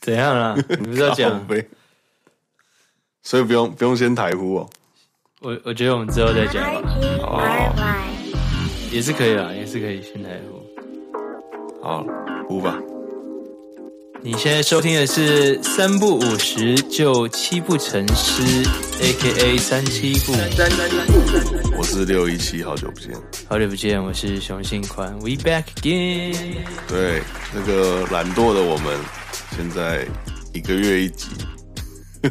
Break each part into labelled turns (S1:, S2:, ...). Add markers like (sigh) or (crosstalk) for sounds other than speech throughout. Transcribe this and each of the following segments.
S1: 怎样 (laughs) 啦？你不是要
S2: 靠
S1: 讲？
S2: 背所以不用不用先台呼哦。
S1: 我我觉得我们之后再讲吧，
S3: I-E-R-Y.
S1: 也是可以啦，也是可以先台呼。
S2: 好，呼吧。
S1: 你现在收听的是《三不五十就七不成诗》，A K A 三七不。
S2: 我是六一七，好久不见。
S1: 好久不见，我是熊信宽，We back
S2: (laughs)
S1: again。
S2: 对，那个懒惰的我们，现在一个月一集，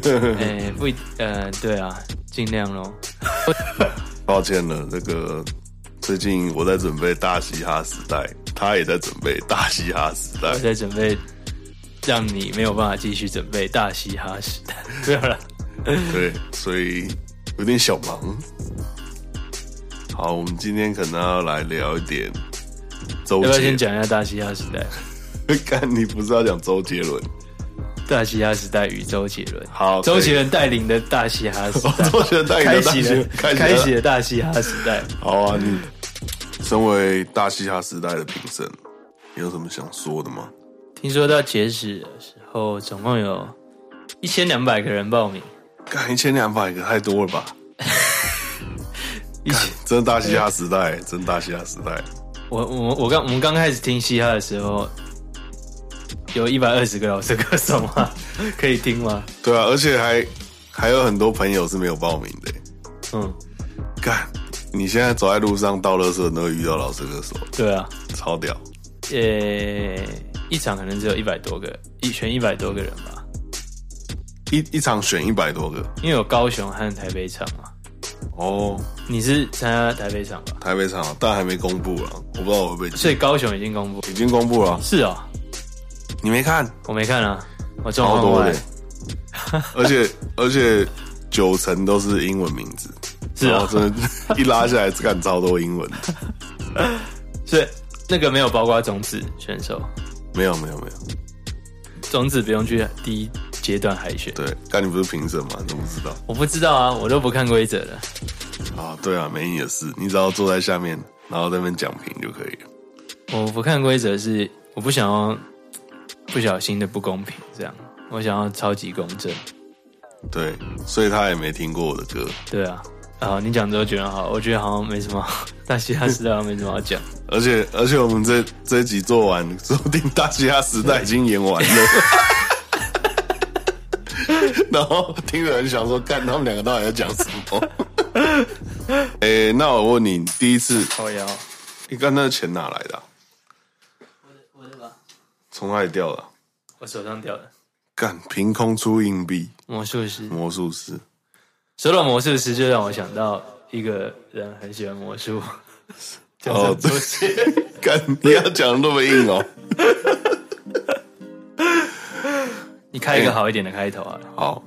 S1: 哎、不一，呃，对啊，尽量咯。
S2: 抱歉了。那个最近我在准备大嘻哈时代，他也在准备大嘻哈时代
S1: 我。在准备让你没有办法继续准备大嘻哈时代， (laughs) 没有了。
S2: 对，所以有点小忙。好，我们今天可能要来聊一点周
S1: 要不要
S2: 杰 (laughs)
S1: 先。讲一下大嘻哈时代？
S2: 看你不是要讲周杰伦？
S1: 大嘻哈时代与周杰伦，
S2: 好
S1: 周
S2: 可以
S1: 杰伦带领的大嘻哈
S2: (laughs)
S1: 时代，
S2: 周杰伦带领
S1: 开
S2: 的大
S1: 启
S2: 嘻
S1: 了
S2: 开启了
S1: 开启了大嘻哈时代。
S2: 好啊，你身为大嘻哈时代的评审，你有什么想说的吗？
S1: 听说到截止的时候，总共有一千两百个人报名，
S2: 干一千两百个太多了吧？
S1: 一千。
S2: 真大嘻哈时代，真大嘻哈时代，
S1: 我我我刚我们刚开始听嘻哈的时候，有一百二十个老师歌手吗？ (laughs) 可以听吗？
S2: 对啊，而且还还有很多朋友是没有报名的欸。
S1: 嗯，
S2: 干，你现在走在路上到垃圾，你都会遇到老师歌手，
S1: 对啊，
S2: 超屌。
S1: 呃、一场可能只有一百多个，一选一百多个人吧，
S2: 一一场选一百多个
S1: 因为有高雄和台北场嘛。
S2: 哦，
S1: 你是参加台北场吧？
S2: 台北场但还没公布了，我不知道我会不会进
S1: 所以高雄已经公布。
S2: 已经公布了，
S1: 是哦，
S2: 你没看？
S1: 我没看啊，我状
S2: 超
S1: 况
S2: 多
S1: 外
S2: 的，而且而且九成都是英文名字，
S1: 是
S2: 然
S1: 哦
S2: 后，真的，一拉下来干超多英文的。
S1: 所以那个没有包括种子选手，
S2: 没有没有没有，
S1: 种子不用去第一阶段海选。
S2: 对，但你不是评审吗？你怎么知道？
S1: 我不知道啊，我都不看规则的。
S2: 啊，对啊，没你的事，你只要坐在下面，然后在那边讲评就可以了。
S1: 我不看规则是我不想要不小心的不公平，这样我想要超级公正。
S2: 对，所以他也没听过我的歌。
S1: 对啊，啊，你讲周杰伦好，我觉得好像没什么好，但其他时代好像没什么好讲。
S2: (laughs) 而且而且我们这这一集做完， (laughs) 说不定大嘻哈时代已经演完了。 (laughs) 然后听着很想说，干他们两个到底在讲什么？ (laughs) 诶、那我问你，第一次
S1: 靠腰，
S2: 你干那钱哪来的啊、
S1: 我的吧，
S2: 从哪里掉的啊、
S1: 我手上掉的
S2: 干凭空出硬币，
S1: 魔术师，
S2: 魔术师。
S1: 说到魔术师，就让我想到一个人很喜欢魔术， (laughs) 叫什
S2: 哦
S1: 么，
S2: 对，干你要讲得那么
S1: (laughs)
S2: 硬哦。
S1: 你开一个好一点的开头啊，
S2: 好，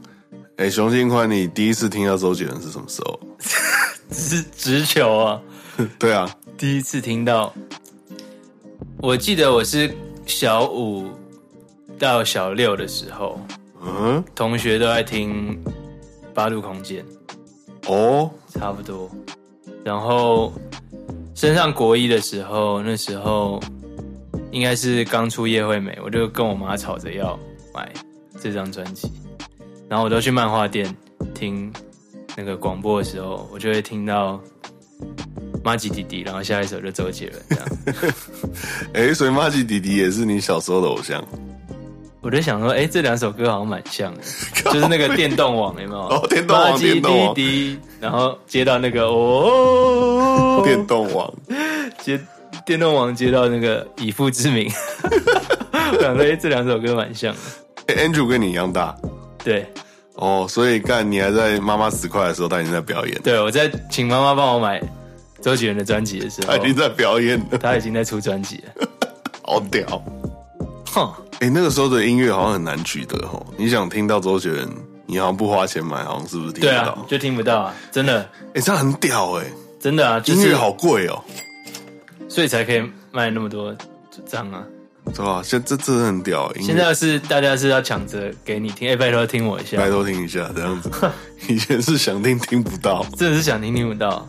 S2: 诶、熊心宽，你第一次听到周杰伦是什么时候？
S1: 只是直球啊。
S2: 对啊，
S1: 第一次听到，我记得我是小五到小六的时候，
S2: 嗯，
S1: 同学都在听《八度空间
S2: 哦，》，
S1: 差不多。然后升上国一的时候，那时候应该是刚出叶惠美，我就跟我妈吵着要买这张专辑。然后我都去漫画店听那个广播的时候，我就会听到马吉弟弟，然后下一首就周杰伦这样。
S2: 诶、所以马吉弟弟也是你小时候的偶像。
S1: 我就想说，哎、这两首歌好像蛮像的，
S2: (laughs)
S1: 就是那个电动网有没有？
S2: 哦电动网
S1: 巴基
S2: 电动网
S1: 滴滴，然后接到那个哦，
S2: 电动王，
S1: 接电动网接到那个以父之名， (laughs) 我想说，哎、这两首歌蛮像的。
S2: 诶 Andrew 跟你一样大
S1: 对，
S2: 哦，所以干你还在妈妈十块的时候，他已经在表演，
S1: 对我在请妈妈帮我买周杰伦的专辑的时候
S2: 他，已经在表演了，
S1: 他已经在出专辑了。 (laughs) 哦
S2: 好屌！
S1: 哼，
S2: 诶、那个时候的音乐好像很难取得哦，你想听到周杰伦，你好像不花钱买，好像是不是听不
S1: 对
S2: 到
S1: 啊？，就听不到啊，真的，
S2: 诶、这样很屌诶、
S1: 真的啊，就
S2: 音
S1: 是
S2: 乐，好贵哦、
S1: 所以才可以卖那么多张啊。
S2: 对吧、现在这真的很屌、音乐
S1: 现在是大家是要抢着给你听，哎、拜托听我一下，
S2: 拜托听一下，这样子。 (laughs) 以前是想听听不到，
S1: 真的是想听听不到。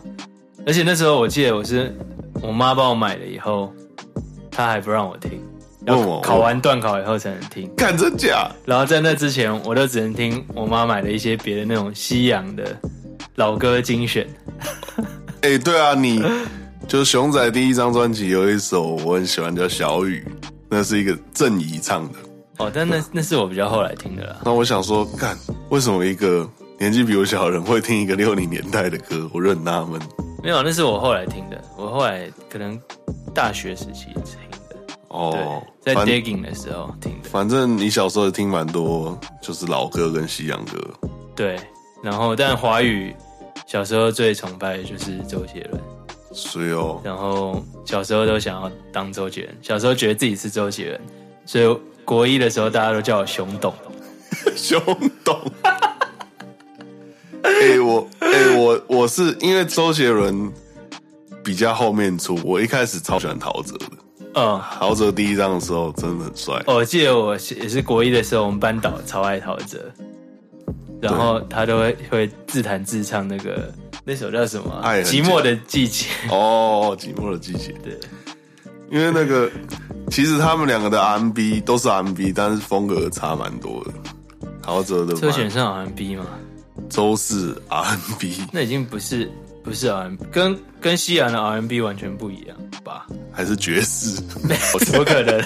S1: 而且那时候我记得我是我妈帮我买了以后，她还不让我听，要
S2: 问我
S1: 考完段考以后才能听。
S2: 干真假？
S1: 然后在那之前，我都只能听我妈买的一些别的那种西洋的老歌精选。
S2: 哎、对啊，
S1: (laughs)
S2: 你就是熊仔第一张专辑有一首我很喜欢叫《小雨》，那是一个郑怡唱的。
S1: 哦，但那那是我比较后来听的啦。
S2: 那我想说，干为什么一个年纪比我小的人会听一个六零年代的歌？我就很纳闷。
S1: 没有，那是我后来听的。我后来可能大学时期听的，
S2: 哦
S1: 对，，在
S2: 反
S1: digging 的时候听的。
S2: 反正你小时候也听蛮多，就是老歌跟西洋歌。
S1: 对，然后但华语小时候最崇拜的就是周杰伦，
S2: 所以哦，
S1: 然后小时候都想要当周杰伦，小时候觉得自己是周杰伦，所以国一的时候大家都叫我熊董。
S2: 熊董。 (laughs) 哎、我哎、我我是因为周杰伦比较后面出，我一开始超喜欢陶喆的。
S1: 嗯，
S2: 陶喆第一张的时候真的很帅，
S1: 哦我记得我是也是国一的时候，我们班导超爱陶喆，然后他都会会自弹自唱那个那首叫什么啊
S2: 爱
S1: 《
S2: 很
S1: 寂寞的季节》。 (laughs)
S2: 哦，寂寞的季节，
S1: 对，
S2: 因为那个其实他们两个的 R&B 都是 R&B，但是风格差蛮多的。陶喆的
S1: 这个选
S2: 嘛
S1: 上 R&B 嘛，
S2: 周四 R&B
S1: 那已经不是不是 R&B，跟跟西洋的 R&B 完全不一样吧？
S2: 还是
S1: (laughs)
S2: 爵士，
S1: 怎么可能？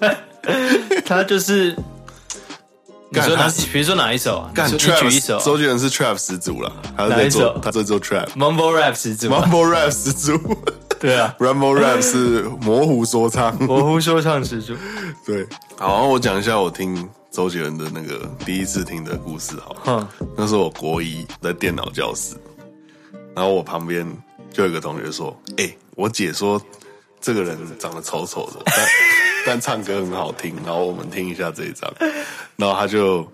S1: (laughs) 他就是。你
S2: 干
S1: 说哪
S2: 他是？
S1: 比如说哪一首啊？
S2: 干
S1: 你说你举一首
S2: trap，
S1: 啊
S2: 周杰伦是 trap 始祖啦，他是
S1: 哪
S2: 在
S1: 一
S2: 做
S1: 首
S2: 他在做 trap，mumble
S1: ，Mumble Rap 始祖啊。
S2: rap 始祖
S1: (laughs) 对啊，
S2: (laughs) ，rumble rap 是模糊说唱，
S1: 模糊说唱始祖。
S2: 对。好，我讲一下我听周杰伦的那个第一次听的故事好了。
S1: 哼，
S2: 那是我国一在电脑教室，然后我旁边就有一个同学说：“哎、我姐说这个人长得丑丑的， (laughs) 但但唱歌很好听。”然后我们听一下这一张，然后他就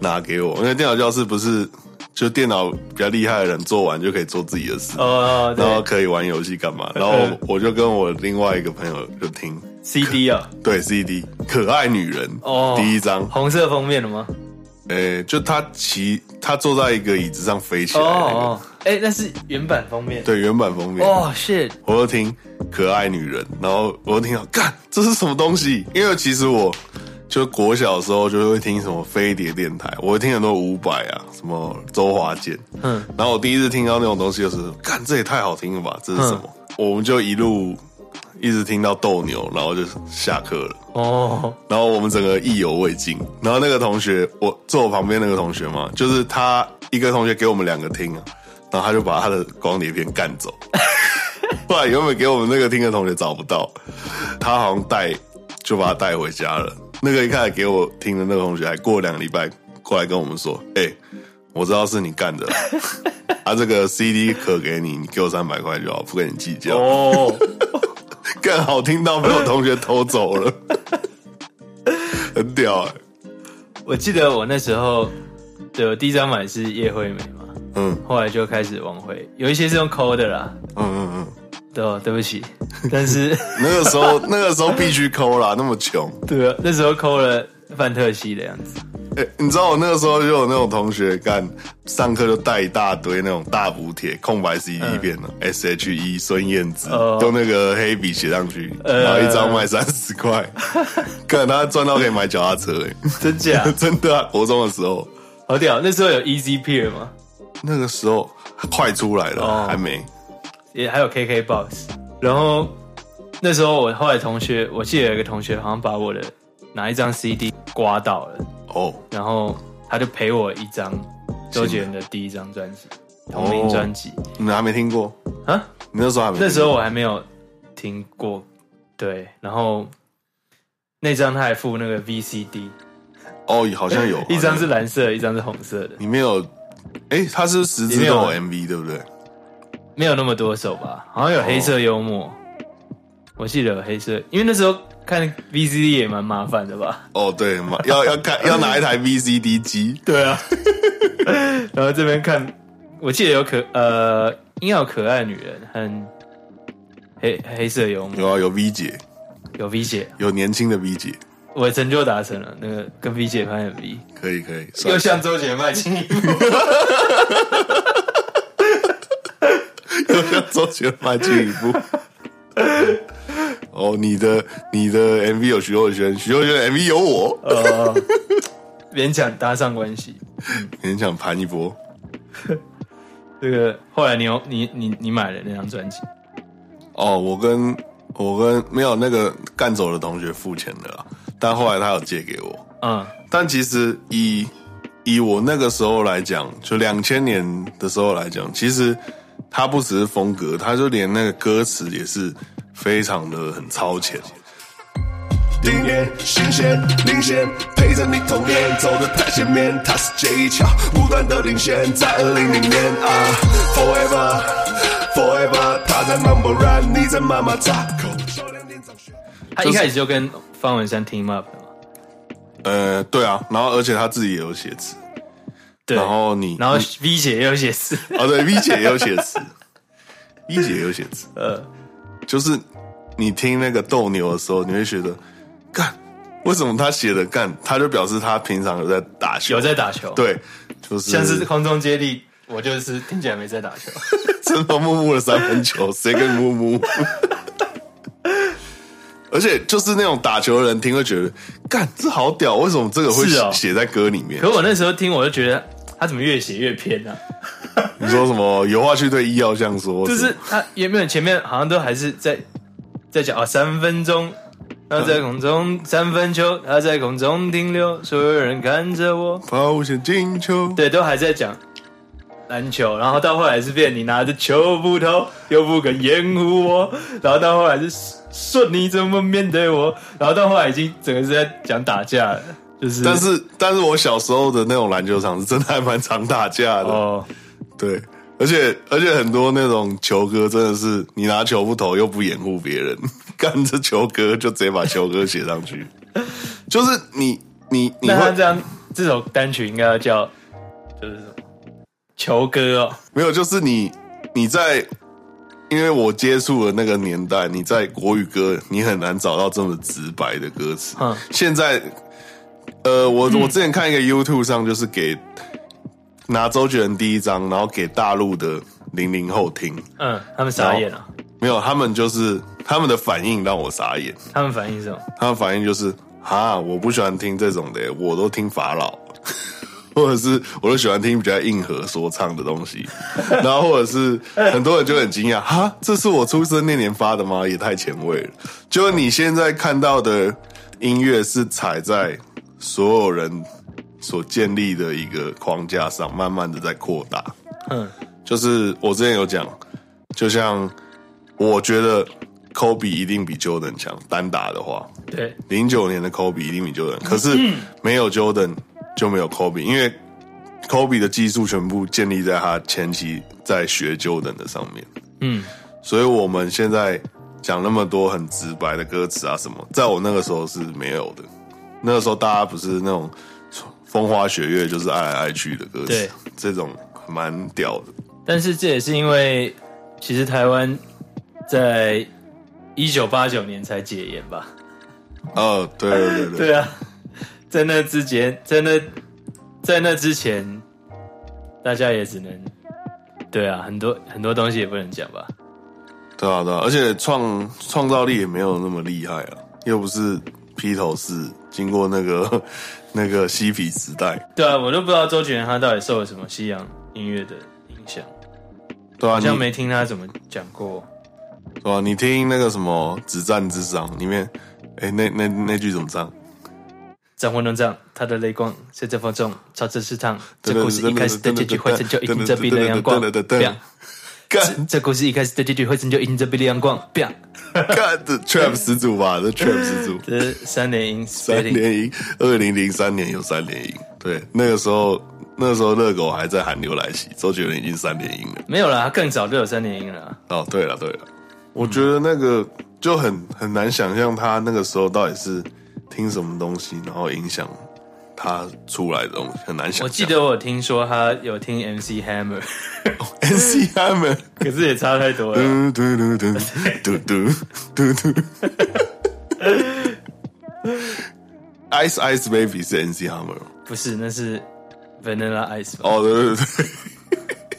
S2: 拿给我，因为电脑教室不是就电脑比较厉害的人做完就可以做自己的事，
S1: 哦，
S2: 然
S1: 对
S2: 后可以玩游戏干嘛？然后
S1: 嗯
S2: 我就跟我另外一个朋友就听。
S1: ，CD 啊，
S2: 对 CD《可爱女人》
S1: 哦
S2: 第一张，
S1: 红色封面的
S2: (laughs)
S1: 吗？
S2: 诶、就他骑，他坐在一个椅子上飞起
S1: 哦
S2: 来、那个，
S1: 哦，哎，那是原版封面。
S2: 对原版封面，
S1: 哦，shit，
S2: 我就听《可爱女人》，然后我就听到，干，这是什么东西？因为其实我就国小的时候就会听什么飞碟电台，我会听很多伍佰啊，什么周华健，
S1: 嗯，
S2: 然后我第一次听到那种东西，就是干，这也太好听了吧，这是什么？
S1: 嗯
S2: 我们就一路一直听到斗牛，然后就下课了。
S1: 哦，
S2: 然后我们整个意犹未尽。然后那个同学，我坐我旁边那个同学嘛，就是他一个同学给我们两个听啊，然后他就把他的光碟片干走。后来原本给我们那个听的同学找不到，他好像带就把他带回家了。那个一开始给我听的那个同学，还过两个礼拜过来跟我们说：“哎、我知道是你干的，啊，这个 CD 可给你，你给我三百块就好，不跟你计较。”
S1: 哦，
S2: 更好听到被我同学偷
S1: (laughs)
S2: 走了，很屌哎、
S1: 我记得我那时候，对我第一张买是叶惠美嘛，
S2: 嗯
S1: 后来就开始往回，有一些是用抠的啦，
S2: 嗯嗯嗯，
S1: 对哦，对不起，但是
S2: (laughs) 那个
S1: (laughs)
S2: 时候那个时候必须抠啦，那么穷。
S1: 对啊，那时候抠了范特西的样子，
S2: 哎、你知道我那个时候就有那种同学干，上课就带一大堆那种大补贴空白 CD 片呢、s H E 孙燕姿、
S1: 嗯哦
S2: 用那个黑笔写上去，
S1: 呃
S2: 然后一张卖三十块，
S1: (laughs)
S2: 看他赚到可以买脚踏车哎、
S1: 真假？
S2: (laughs) 真的啊！国中的时候，
S1: (laughs) 好屌，那时候有 Easy Peer 嘛，
S2: 那个时候快出来了，
S1: 哦
S2: 还没
S1: 也还有 KK Box，然后那时候我后来同学，我记得有一个同学好像把我的哪一张 CD 刮到了。
S2: 哦，
S1: 然后他就陪我一张周杰伦的第一张专辑，同名专辑
S2: 你们还没听过？
S1: 啊。
S2: 你那时候还没听过
S1: 那时候我还没有听过，对，然后那张他还附那个 VCD，
S2: 哦，好像有
S1: (laughs) 一张是
S2: 好像
S1: 蓝色，一张是红色的
S2: 有，里面有，哎、它是十
S1: 里
S2: 字都
S1: 面有啊
S2: 有 MV 对不对？
S1: 没有那么多首吧，好像有黑色幽默，我记得有黑色，因为那时候看 VCD 也蛮麻烦的吧。
S2: 哦，对嘛，要要看 (laughs) 要拿一台 VCD 机，
S1: 对啊，然后这边看，我记得有可呃，应该有可爱女人和黑黑色幽默。
S2: 有啊，有 V 姐，
S1: 有 V 姐，
S2: 有年轻的 V 姐，
S1: 我的成就达成了。那个跟 V 姐拍 MV，
S2: 可以可以，帅 (laughs)
S1: 又向周杰迈进一步。 (laughs)
S2: 又向周杰伦迈进一步。哦，你的你的 MV 有徐若瑄，徐若瑄的 MV 有我，
S1: 呃，勉强搭上关系。
S2: 勉强盘一波。
S1: 这个后来你有你你你买了那张专辑，
S2: 哦，我跟我跟没有那个干走的同学付钱的啦，但后来他有借给我。
S1: 嗯
S2: 但其实以以我那个时候来讲，就两千年的时候来讲，其实他不只是风格，他就连那个歌词也是非常的很超前。
S3: 顶点、新鲜、领先，陪着你童年，走得太前面，他是技巧，不断的领先，在二零零年啊，forever forever，他在 number one，你在妈妈扎口，笑脸脸长雪。
S1: 他一开始就跟方文山 team up 的嘛，
S2: 呃，对啊，然后而且他自己也有写词，
S1: 对，
S2: 然后你
S1: 然后
S2: 你
S1: V 姐也有写诗，
S2: 哦，对，V 姐也有写词，V 姐也有写词，
S1: 呃，
S2: 就是你听那个斗牛的时候，你会觉得干。为什么他写的干，他就表示他平常有在打球，
S1: 有在打球，，
S2: 对，就是
S1: 像是空中接力，我就是听起来没在打球，
S2: 真的木木的三分球，谁跟木木？ (laughs) 而且就是那种打球的人听会觉得，干这好屌，为什么这个会
S1: 是哦
S2: 写在歌里
S1: (laughs)
S2: 面？
S1: 可我那时候听我就觉得他怎么越写越偏呢、啊？
S2: 你说什么有话去对医药这样说，
S1: 就是他原本前面好像都还是在在讲啊，三分钟，他在空中三分球，他在空中停留，所有人看着我，
S2: 抛向进球，
S1: 对，都还在讲篮球，然后到后来是变你拿着球不投，又不肯掩护我，然后到后来是顺你怎么面对我，然后到后来已经整个是在讲打架了，就是
S2: 但是但是我小时候的那种篮球场是真的还蛮常打架的，
S1: 哦，
S2: 对。而且而且很多那种球哥真的是，你拿球不投又不掩护别人， (laughs) 干这球哥就直接把球哥写上去，就是你你你
S1: 那他
S2: 会
S1: 这样这首单曲应该要叫就是什么球歌哦，
S2: 没有，就是你你在，因为我接触的那个年代，你在国语歌，你很难找到这么直白的歌词。
S1: 嗯
S2: 现在，呃，我我之前看一个 YouTube 上，就是给拿周杰伦第一张，然后给大陆的零零后听，
S1: 嗯，他们傻眼了、
S2: 没有，他们就是他们的反应让我傻眼，
S1: 他们反应是什么？
S2: 他们反应就是啊，我不喜欢听这种的，我都听法老。 (laughs) 或者是我都喜欢听比较硬核说唱的东西， (laughs) 然后或者是很多人就很惊讶，哈，这是我出生那年发的吗？也太前卫了。就是你现在看到的音乐是踩在所有人所建立的一个框架上，慢慢的在扩大。
S1: 嗯，
S2: 就是我之前有讲，就像我觉得科比一定比 Jordan 强，单打的话，
S1: 对，
S2: 零九年的 Kobe 一定比
S1: 嗯
S2: Jordan，可是没有 Jordan 就没有 Kobe，因为 Kobe 的技术全部建立在他前期在学 Jordan 的上面，
S1: 嗯，
S2: 所以我们现在讲那么多很直白的歌词啊什么，在我那个时候是没有的。那个时候大家不是那种风花雪月，就是爱来爱去的歌词
S1: 对，
S2: 这种蛮屌的。
S1: 但是这也是因为，其实台湾在一九八九年才解严吧？
S2: 哦，对对对对，
S1: 对啊，在那之前，在那在那之前，大家也只能，对啊，很多很多东西也不能讲吧？
S2: 对啊，对啊，而且创创造力也没有那么厉害啊，又不是披头士，经过那个 (laughs) 那个嬉皮时代，
S1: 对啊，我都不知道周杰伦他到底受了什么西洋音乐的影响，
S2: 对啊，
S1: 好像
S2: 你
S1: 没听他怎么讲过。
S2: 对啊，你听那个什么《只战之殇》里面，哎，那那那句怎么唱？
S1: 战火能战，他的泪光是在风中朝着市场。这故事一开始的结局会成就一定遮蔽了阳光。砰这
S2: 干
S1: (laughs) 这故事一开始的结局会成就一定遮蔽了阳光。砰！
S2: 干，这 trap 始祖吧，这 trap
S1: (laughs)
S2: 始祖，
S1: 这是三连音
S2: 三
S1: spitting，
S2: 连赢，二零零三年有三连赢，对，那个时候那时候热狗还在喊牛来袭，周杰伦已经三连赢了。
S1: 没有啦，他更早就有三连音了啊。
S2: 哦，对了对了，我觉得那个就很很难想象他那个时候到底是听什么东西，然后影响他出来的东西，很难想象。
S1: 我记得我有听说他有听 MC Hammer，
S2: (laughs)
S1: (laughs)
S2: N C M，
S1: 可是也差太多了。
S2: 嘟嘟嘟嘟嘟嘟嘟嘟。Ice Ice Baby 是 N C Hammer 吗哦
S1: 不是，那是 Vanilla Ice 吧？
S2: 哦，对对对，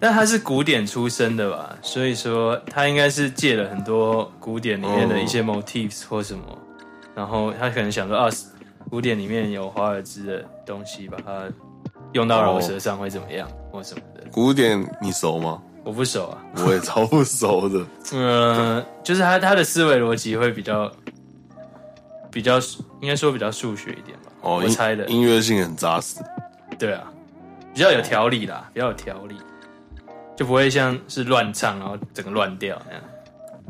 S1: 但他是古典出身的吧，所以说他应该是借了很多古典里面的一些 motifs 或什么，然后他可能想说啊，古典里面有华尔兹的东西，把它用到饶舌上会怎么样、或什么的。
S2: 古典你熟吗？
S1: 我不熟啊，
S2: 我也超不熟的。
S1: 嗯、就是他他的思维逻辑会比较比较，应该说比较数学一点吧。
S2: 哦，
S1: 我
S2: 音
S1: 猜的。
S2: 音乐性很扎实。
S1: 对啊，比较有条理啦，比较有条理，就不会像是乱唱然后整个乱掉那样。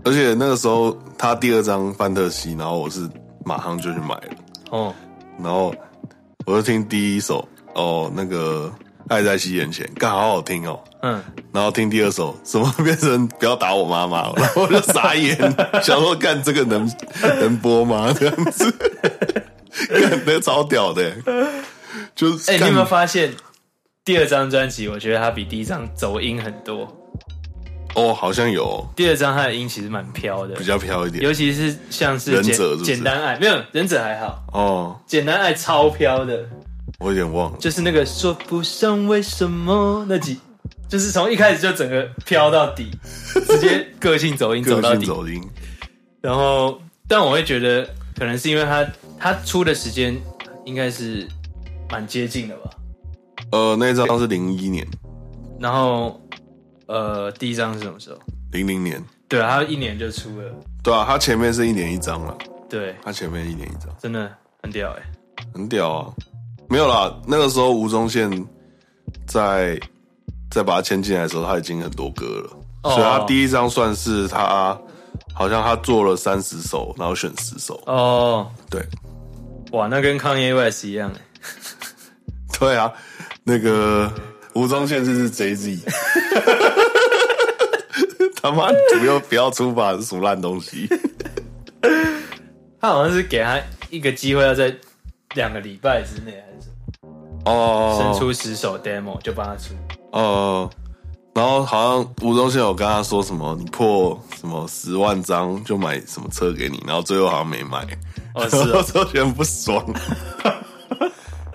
S2: 而且那个时候他第二张《范特西》，然后我是马上就去买了，
S1: 哦，
S2: 然后我就听第一首哦，那个《爱在西元前》，干好好听哦。
S1: 嗯，
S2: 然后听第二首，怎么变成不要打我妈妈了？然后我就傻眼，想说干这个能能播吗？这样子，干那超屌的、就是
S1: 哎、
S2: 干
S1: 你有没有发现第二张专辑？我觉得它比第一张走音很多。
S2: 哦，好像有
S1: 第二张它的音其实蛮飘的
S2: 比，较飘一点
S1: 尤其是像是
S2: 忍
S1: 简
S2: 者是不是
S1: 简单爱没有忍者还好，
S2: 哦，
S1: 简单爱超飘的，
S2: 我有点忘了。
S1: 就是那个说不上为什么那几，就是从一开始就整个飘到底，
S2: (laughs)
S1: 直接个性走音走
S2: 个
S1: 到
S2: 性
S1: 底。
S2: 走音，
S1: 然后，但我会觉得，可能是因为他他出的时间应该是蛮接近的吧。
S2: 呃，那一张是零一年、
S1: 然后，呃，第一张是什么时候？
S2: 零零年，
S1: 对啊，他一年就出了，
S2: 对啊，他前面是一年一张了，
S1: 对，
S2: 他前面一年一张，
S1: 真的很屌哎、
S2: 很屌啊！没有啦，那个时候吴宗宪在在把他签进来的时候，他已经很多歌了，
S1: 哦
S2: 所以他第一张算是他好像他做了三十首，然后选十首，
S1: 哦，
S2: 对
S1: 哇，那跟康 a West 一样哎、
S2: 对啊，那个吴宗宪就是 J
S1: (laughs)
S2: Z。他妈，不要不要出版什么烂东西！
S1: 他好像是给他一个机会，要在两个礼拜之内还是什么，
S2: 哦
S1: 生出十首 demo 就帮他出。
S2: 呃，然后好像吴宗宪有跟他说什么，你破什么十万张就买什么车给你，然后最后好像没买，
S1: 哦是哦
S2: (laughs) 然后周杰伦不
S1: (laughs)
S2: 爽。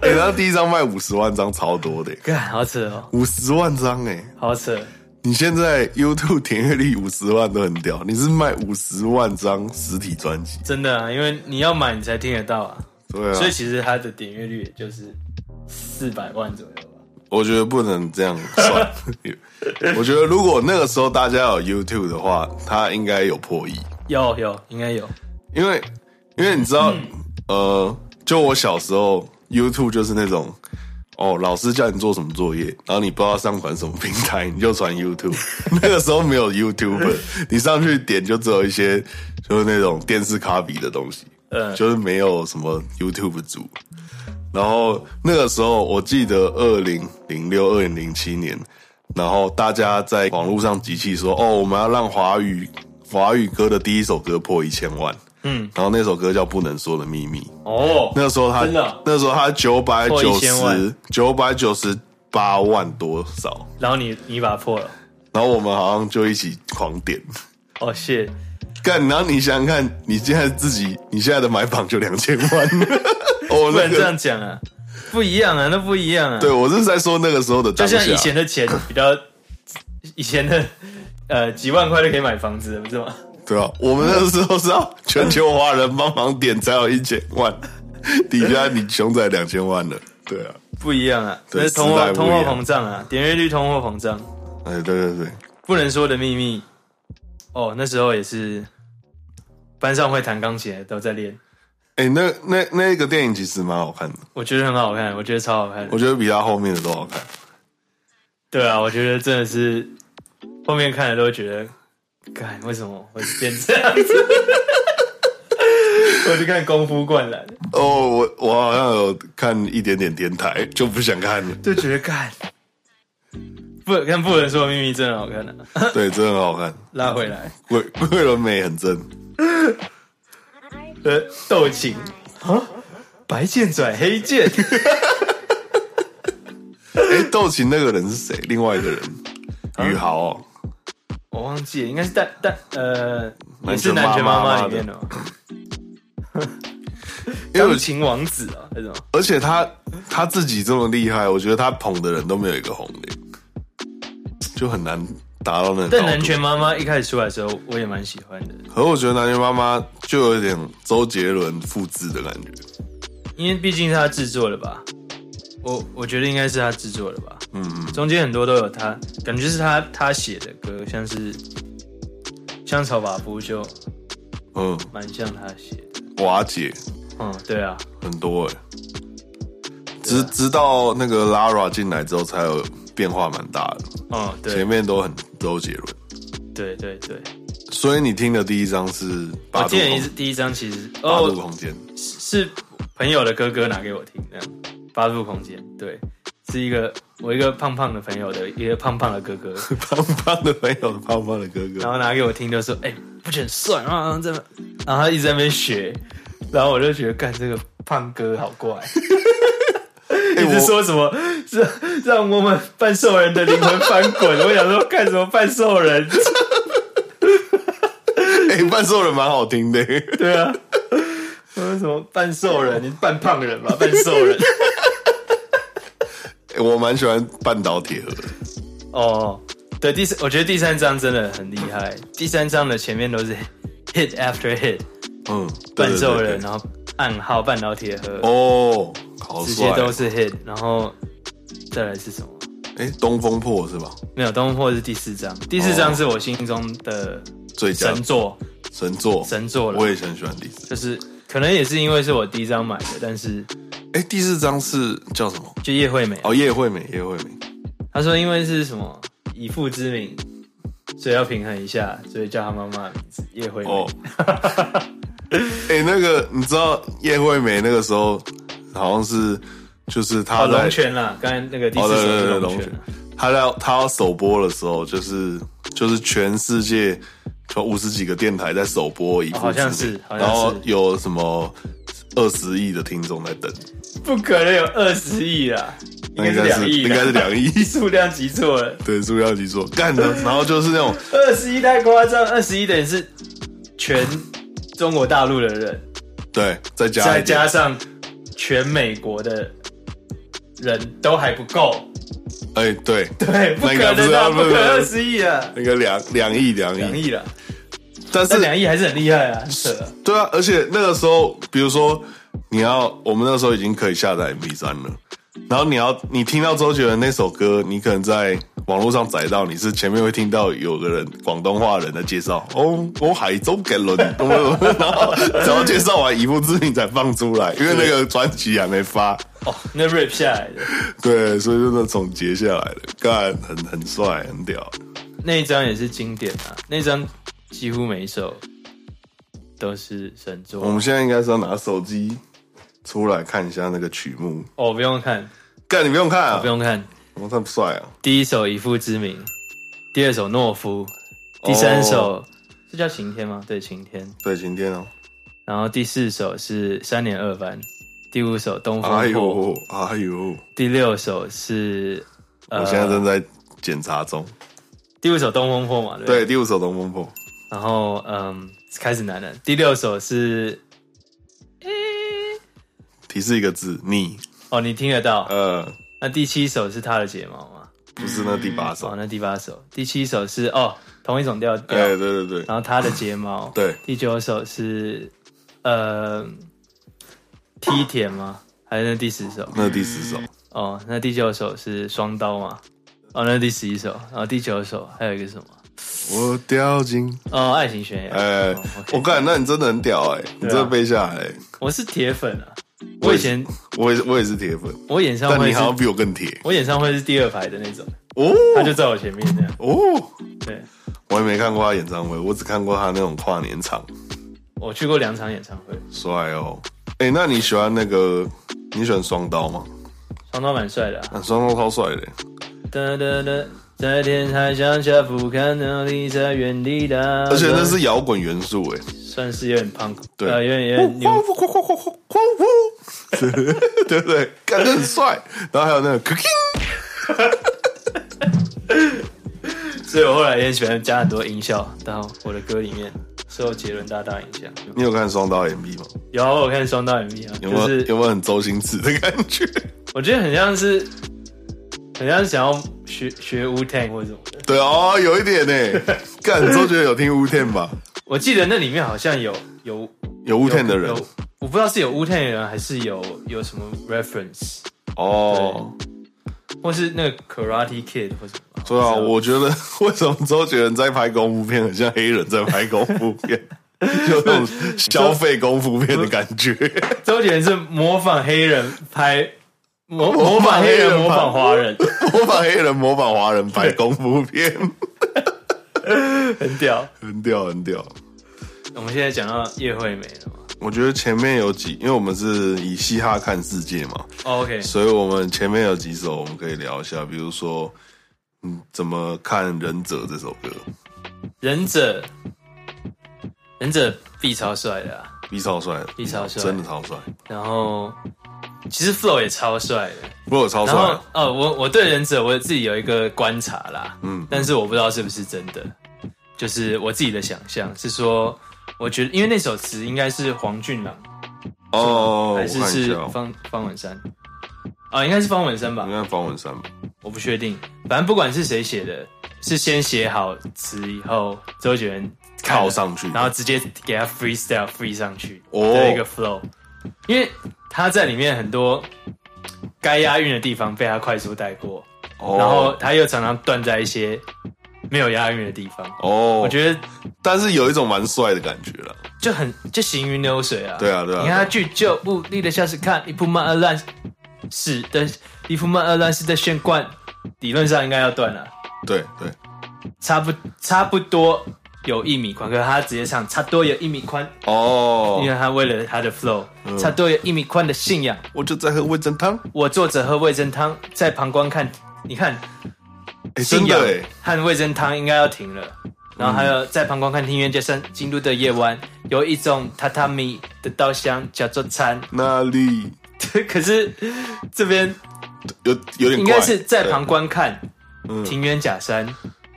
S2: 哎、他第一张卖五十万张，超多的、
S1: 干，好扯哦，
S2: 五十万张哎、
S1: 好扯，
S2: 你现在 YouTube 点阅率五十万都很屌，你是卖五十万张实体专辑，
S1: 真的啊，因为你要买你才听得到啊。
S2: 对啊，
S1: 所以其实它的点阅率也就是四百万左右吧。
S2: 我觉得不能这样
S1: (laughs)
S2: 算。我觉得如果那个时候大家有 YouTube 的话，他应该有破亿。
S1: 有有，应该有。
S2: 因为因为你知道，呃，就我小时候，YouTube 就是那种，哦，老师叫你做什么作业，然后你不知道上传什么平台，你就传 YouTube。那 (laughs) 个时候没有 YouTube，你上去点就只有一些就是那种电视卡比的东西，
S1: 嗯
S2: 就是没有什么 YouTube 组。然后那个时候，我记得二零零六、二零零七年，然后大家在网络上集气说：“哦，我们要让华语华语歌的第一首歌破一千万。”嗯，然后那首歌叫《不能说的秘密》。
S1: 哦，
S2: 那时候他
S1: 真的哦
S2: 那时候他九百
S1: 破
S2: 九
S1: 1000
S2: 十
S1: 万
S2: 九百九十八万多少，
S1: 然后你你把它破了，
S2: 然后我们好像就一起狂点。
S1: 哦谢，
S2: 干，然后你想想看，你现在自己你现在的买榜就两千万，
S1: (laughs) 不
S2: 哦，那
S1: 能这
S2: 个
S1: 样讲啊，不一样啊，那不一样啊。
S2: 对，我是在说那个时候的
S1: 就
S2: 当下，
S1: 像以前的钱比较， (laughs) 以前的呃几万块就可以买房子了，不是吗？
S2: 对啊，我们那时候是要全球华人帮忙点才有一千万， (laughs) 底下你熊仔两千万了，对啊，
S1: 不一样啊，
S2: 对
S1: 那是通
S2: 时代
S1: 货
S2: 不
S1: 通
S2: 一
S1: 货
S2: 样
S1: 膨胀啊，点阅率通货膨胀，
S2: 哎，对对对，
S1: 不能说的秘密。哦，那时候也是班上会弹钢琴的都在练，
S2: 哎，那那那个电影其实蛮好看的，
S1: 我觉得很好看，我觉得超好看的。
S2: 我觉得比他后面的都好看。
S1: 对啊，我觉得真的是后面看了都会觉得，干为什么会变这样子？ (laughs) 我去看《功夫灌篮》，
S2: 哦，我我好像有看一点点天台，就不想看了。
S1: 就觉得干不看《不能说的秘密》真的好看的、啊，
S2: 对，真的很好看。
S1: 拉回来，
S2: 桂桂纶镁
S1: (laughs)
S2: 很正，
S1: 呃，斗琴啊，白剑转黑剑，
S2: 哎，斗琴那个人是谁？另外一个人，
S1: 啊
S2: 宇豪哦，
S1: (laughs) 我忘记了，应该是蛋蛋呃，也
S2: 南拳
S1: 是《南拳
S2: 妈
S1: 妈妈》
S2: 妈的
S1: 里面的嘛 (laughs)
S2: 因为我
S1: 钢琴王子啊， (laughs) 那种
S2: 而且他他自己这么厉害，我觉得他捧的人都没有一个红的。就很难达到那个
S1: 邓
S2: 高
S1: 南
S2: 度
S1: 拳妈妈一开始出来的时候，我也蛮喜欢的，
S2: 可是我觉得南拳妈妈就有点周杰伦复制的感觉，
S1: 因为毕竟是他制作的吧。我我觉得应该是他制作的吧，
S2: 嗯嗯，
S1: 中间很多都有他，感觉是他他写的歌，像是像草法夫就
S2: 嗯，
S1: 蛮像他写的。
S2: 瓦解
S1: 嗯，对啊，
S2: 很多哎、直直到那个 Lara 进来之后，才有变化蛮大的，
S1: 嗯，对
S2: 前面都很周杰伦。
S1: 对对对，
S2: 所以你听的第一张是
S1: 我
S2: 八度
S1: 记得
S2: 空
S1: 你是第一张其实
S2: 八度
S1: 哦
S2: 空间， (laughs)
S1: 是朋友的哥哥拿给我听的，八度空间，对，是一个我一个胖胖的朋友的一个胖胖的哥
S2: (laughs)
S1: 哥，
S2: 胖胖的朋友，胖胖的哥
S1: 然
S2: 哥，
S1: 后拿给我听就说，哎、不觉得很帅吗？这么，然后他一直在那边学，然后我就觉得干这个胖哥好
S2: (laughs)
S1: 怪。一直
S2: 哎我
S1: 说什么让让我们半兽人的灵魂翻滚？我想说干什么半兽
S2: (laughs)
S1: 人？
S2: 哎，半兽人蛮好听的，
S1: 对啊，我说什么半兽人？你是半胖人吧？半兽人？
S2: 哎我蛮喜欢半岛铁盒的，
S1: 哦，对，第四，我觉得第三章真的很厉
S2: (laughs)
S1: 害。第三章的前面都是 hit after hit，
S2: 嗯，对
S1: 半
S2: 对
S1: 兽
S2: 对
S1: 人，啊
S2: 对
S1: 然后暗号半导铁盒，
S2: 哦，好
S1: 这些
S2: 帅，
S1: 都是 hit，然后再来是什么？
S2: 哎，东风破是吧？
S1: 没有，东坡是第四章，第四章是我心中的
S2: 最佳
S1: 神作，
S2: 神作，
S1: 神作了
S2: 我也很喜欢第四。
S1: 就是可能也是因为是我第一张买的，但是
S2: 哎，第四张是叫什么？
S1: 就叶惠美啊，
S2: 哦，叶惠美，叶惠美，
S1: 她说因为是什么以父之名，所以要平衡一下，所以叫她妈妈的名字叶惠美。
S2: 哦， (laughs) 哎，那个你知道叶惠美那个时候好像是就是她
S1: 哦，
S2: 在
S1: 龙泉啦，刚才那个第
S2: 哦，
S1: 四
S2: 对
S1: 首
S2: 对
S1: 是
S2: 对，
S1: 龙
S2: 龙
S1: 泉
S2: 泉
S1: 啊，
S2: 他要他要首播的时候，就是就是全世界就五十几个电台在首播一部、
S1: 哦好像是好像是
S2: 然后有什么二十亿的听众在等，
S1: 不可能有二十亿啦，应该是两亿
S2: 应
S1: 啦，
S2: 该是两亿。 (laughs)
S1: 数量级错了，
S2: 对，是不是要你说干的？然后就是那种
S1: 二十亿太夸张，二十亿等于是全中国大陆的人。
S2: 对，啊再加
S1: 再
S2: 一点
S1: 加上全美国的人都还不够，
S2: 哎、对，
S1: 对， (laughs) 不可
S2: 那个
S1: 能
S2: 不知
S1: 啊，
S2: 道
S1: 不可能二十亿啊，
S2: 那个两两亿两亿，
S1: 两亿了，
S2: 但
S1: 这
S2: 是
S1: 两亿还是很厉害啊，很扯啊。
S2: 对啊，而且那个时候，比如说你要，我们那时候已经可以下载 MP 三了，然后你要你听到周杰伦那首歌，你可能在网络上载到，你是前面会听到有个人广东话人的介绍，哦，我海中给伦，然后然后介绍完一部之名才放出来，因为那个专辑还没发，
S1: 哦，那 rap 下来的
S2: 对，所以就那总结下来了，干很很帅，很屌，
S1: 那一张也是经典啊，那张几乎每一首都是神作。
S2: 我们现在应该是要拿手机出来看一下那个曲目，
S1: 哦，不用看，
S2: 干你不用看啊，
S1: 不用看，
S2: 我看不帅啊。
S1: 第一首《以父之名》，第二首《懦夫》，第三首
S2: 哦
S1: 是叫《晴天》吗？对，《晴天》。
S2: 对，晴天哦。
S1: 然后第四首是三年二班，第五首《东风破》
S2: 哎呦，哎呦，
S1: 第六首是，呃，
S2: 我现在正在检查中。
S1: 第五首《东风破》嘛，对不
S2: 对，第五首《东风破》，
S1: 然后嗯，开始难了。第六首是，
S2: 提示一个字，你。
S1: 哦，你听得到。
S2: 呃，
S1: 那第七首是他的睫毛嘛？
S2: 不是那第八
S1: 哦，
S2: 首。
S1: 那第八首，第七首是哦，同一种调调。
S2: 哎，对对对
S1: 然后他的睫毛。。
S2: 对，
S1: 第九首是，呃，梯田吗？还是那第十首？
S2: 那第十首。
S1: 哦，那第九首是双刀嘛？哦，那第十一首，然后第九首还有一个什么？
S2: 我掉进，
S1: 哦，爱情悬崖。
S2: 哎
S1: 哦，，OK
S2: 我看，那你真的很屌哎，你
S1: 啊
S2: 真的背下来。
S1: 我是铁粉啊！我以前
S2: 我也是我也是铁粉，
S1: 我演唱
S2: 但
S1: 会
S2: 你
S1: 是
S2: 好，像比我更铁
S1: 我演唱会是第二排的那种，
S2: 哦
S1: 他就在我前面这样。
S2: 哦。
S1: 对，
S2: 我也没看过他演唱会，我只看过他那种跨年场，
S1: 我去过两场演唱会，
S2: 帅哦。哎，那你喜欢那个？你喜欢双刀吗？
S1: 双刀蛮帅的、啊。
S2: 啊，双刀超帅的。
S1: 哒哒哒，在天台向下俯瞰，那里在原地打转。
S2: 而且那是摇滚元素哎，
S1: 算是有点 punk，
S2: 对哦
S1: 呃，有点有点 new，
S2: (laughs) 对不对？感觉很帅。然后还有那个 cooking，
S1: 所以我后来也喜欢加很多音效到我的歌里面，受杰伦大大影响。
S2: 你有看双刀 MV 吗？
S1: 有啊我看双刀 MV 啊，
S2: 有没有
S1: 就是
S2: 有没有很周星驰的感觉？
S1: 我觉得很像是很像是想要学学 Wu Tang 或者什么的。
S2: (laughs) 对哦，有一点呢。干，你都觉得有听 Wu Ten 吧？
S1: 我记得那里面好像有有
S2: 有 Wu Ten 的人
S1: 有我不知道是有 Wu Tang 的人还是有有什么 reference，
S2: 哦。
S1: 或是那个 Karate Kid 或什么。
S2: 对啊，我觉得为什么周杰伦在拍功夫片，很像黑人在拍功夫
S1: (laughs)
S2: 片，有那种消费功夫片的感觉。
S1: 周杰伦是模仿黑人拍模
S2: 模
S1: 模
S2: 仿
S1: 仿
S2: 黑
S1: 黑
S2: 人
S1: 人模仿华人，
S2: 模仿黑人，模仿华人拍功夫片，
S1: 很屌。
S2: 很屌，很屌。
S1: 我们现在讲到叶惠美了嘛、
S2: 我觉得前面有几，因为我们是以嘻哈看世界嘛，
S1: o k
S2: 所以我们前面有几首我们可以聊一下，比如说，嗯，怎么看《忍者》这首歌
S1: 忍者，忍者 B 超帅的、啊，
S2: ，B 超帅
S1: ，B 超帅
S2: 真的超帅，
S1: 然后其实 Flow 也超帅的。
S2: 不过超帅
S1: 然后
S2: 啊，
S1: 哦，我我对忍者我自己有一个观察啦，
S2: 嗯
S1: 嗯，但是我不知道是不是真的，就是我自己的想象是说，我觉得因为那首词应该是黄俊朗
S2: 哦，我
S1: 还是
S2: 看一
S1: 是
S2: 下哦，
S1: 方方文山啊、应该是方文山吧
S2: 应，该方文山吧，
S1: 我不确定，反正不管是谁写的，是先写好词以后，周杰伦看了
S2: 靠上去
S1: 然后直接给他 freestyle free 上去
S2: 哦
S1: 的一个 flow，、因为他在里面很多该押韵的地方被他快速带过。
S2: 哦
S1: 然后他又常常断在一些没有押韵的地方，
S2: 哦，
S1: 我
S2: 得，
S1: 觉得
S2: 但是有一种蛮帅的感觉了，
S1: 就很就行云流水啊。
S2: 对啊对啊
S1: 你看他去旧物立的像是看一铺曼二乱是的，一铺曼二乱是的炫冠，理论上应该要断啊了、
S2: 对对，
S1: 差不差不多有一米宽，可是他直接唱差不多有一米宽，
S2: 哦嗯
S1: 因，为他为了他的 flow，、差不多有一米宽的信仰，
S2: 我就在喝味噌汤，
S1: 我坐着喝味噌汤，在旁观看，你看
S2: 哎，
S1: 信
S2: 真
S1: 仰
S2: 的哎，
S1: 和味噌汤应该要停了。然后还有在旁观看庭院街上，京都的夜晚有一种榻榻米的稻香叫做餐， (laughs)
S2: 那里
S1: 可是这边
S2: 有有点
S1: 应
S2: 怪嗯
S1: 该是在
S2: 对
S1: 旁观看庭院假山，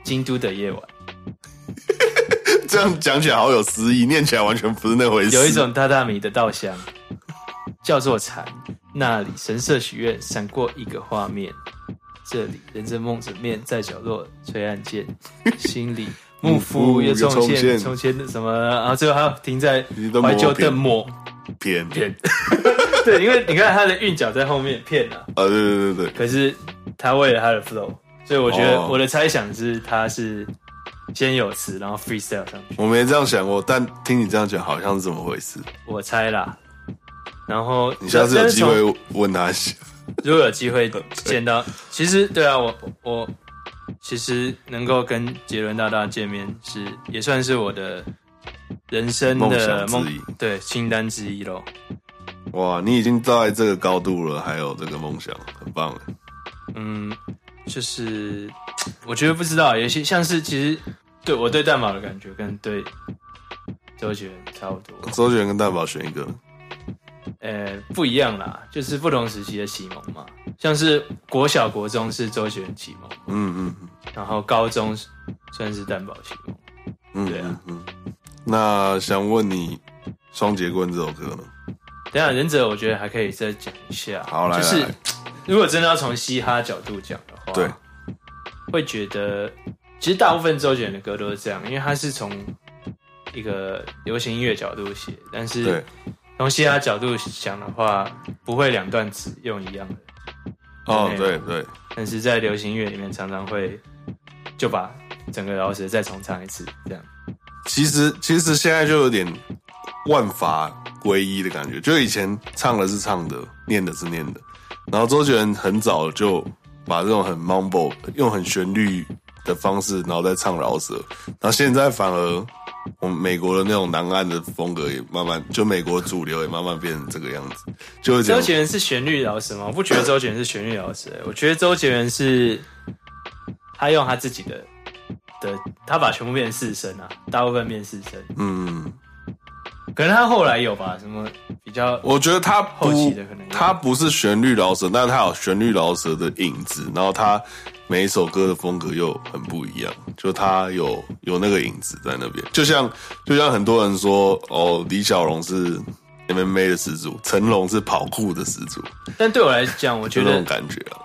S1: 京都的夜晚
S2: 这样讲起来好有诗意，念起来完全不是那回
S1: (laughs)
S2: 事。
S1: 有一种榻榻米的稻香叫做禅，那里神社许愿闪过一个画面，这里人正梦着面在角落吹暗
S2: (laughs)
S1: 箭，心里幕府又重
S2: 幕府又
S1: 现
S2: 重
S1: 重现的什么，然后最后还要停在
S2: 你的
S1: 怀旧
S2: 磨片
S1: 的抹
S2: 偏 (laughs)
S1: 片， (laughs) 对，因为你看他的韵脚在后面片啊，
S2: 啊，对对对对，
S1: 可是他为了他的 flow，所以我觉得
S2: 哦
S1: 我的猜想是他是先有词，然后 freestyle 上去，
S2: 我没这样想过，但听你这样讲，好像是这么回事。
S1: 我猜啦。然后
S2: 你下次有
S1: 但是
S2: 机
S1: 从
S2: 会问他一下。
S1: 如果有机会见到，其实对啊，我我其实能够跟杰伦大大见面是也算是我的人生
S2: 梦
S1: 的
S2: 想之
S1: 梦
S2: 一，
S1: 对清单之一咯。
S2: 哇，你已经到这个高度了，还有这个梦想，很棒欸耶。
S1: 嗯，就是我觉得不知道，有些像是其实对我对蛋堡的感觉跟对周杰伦差不多，
S2: 周杰伦跟蛋宝选一个，
S1: 呃，不一样啦，就是不同时期的启蒙嘛。像是国小、国中是周杰伦启蒙，
S2: 嗯嗯嗯
S1: 然后高中算是蛋堡启蒙。
S2: 嗯，
S1: 对啊
S2: 嗯，嗯那想问你，《双截棍》这首歌呢？
S1: 等一下忍者，我觉得还可以再讲一下。
S2: 好来
S1: 就是
S2: 来来
S1: 如果真的要从嘻哈角度讲的话，
S2: 对，
S1: 会觉得其实大部分周杰伦的歌都是这样，因为他是从一个流行音乐角度写，但
S2: 对
S1: 是，从嘻哈角度讲的话，不会两段词用一样的，
S2: 哦，对
S1: 对
S2: 对，
S1: 但是在流行音乐里面常常会就把整个饶舌再重唱一次，这样。
S2: 其实其实现在就有点万法归一的感觉，就以前唱的是唱的，念的是念的，然后周杰伦很早就把这种很 mumble 用很旋律的方式，然后再唱饶舌，然后现在反而我们美国的那种南岸的风格也慢慢，就美国主流也慢慢变成这个样子，就会这
S1: 周
S2: 样。
S1: 杰伦是旋律饶舌吗？我不觉得周杰伦是旋律饶舌，我觉得周杰伦是他用他自己的的，他把全部变成四声啊，大部分变四声。
S2: 嗯，
S1: 可能他后来有吧，什么比较
S2: 我觉得他
S1: 后期
S2: 不
S1: 的可能，有
S2: 他不是旋律饶舌，但他有旋律饶舌的影子，然后他每一首歌的风格又很不一样，就他有有那个影子在那边，就像就像很多人说，哦，李小龙是 MMA 的始祖，成龙是跑酷的始祖，
S1: 但对我来讲，我
S2: 就
S1: 觉
S2: 那种
S1: 得
S2: 感觉啊。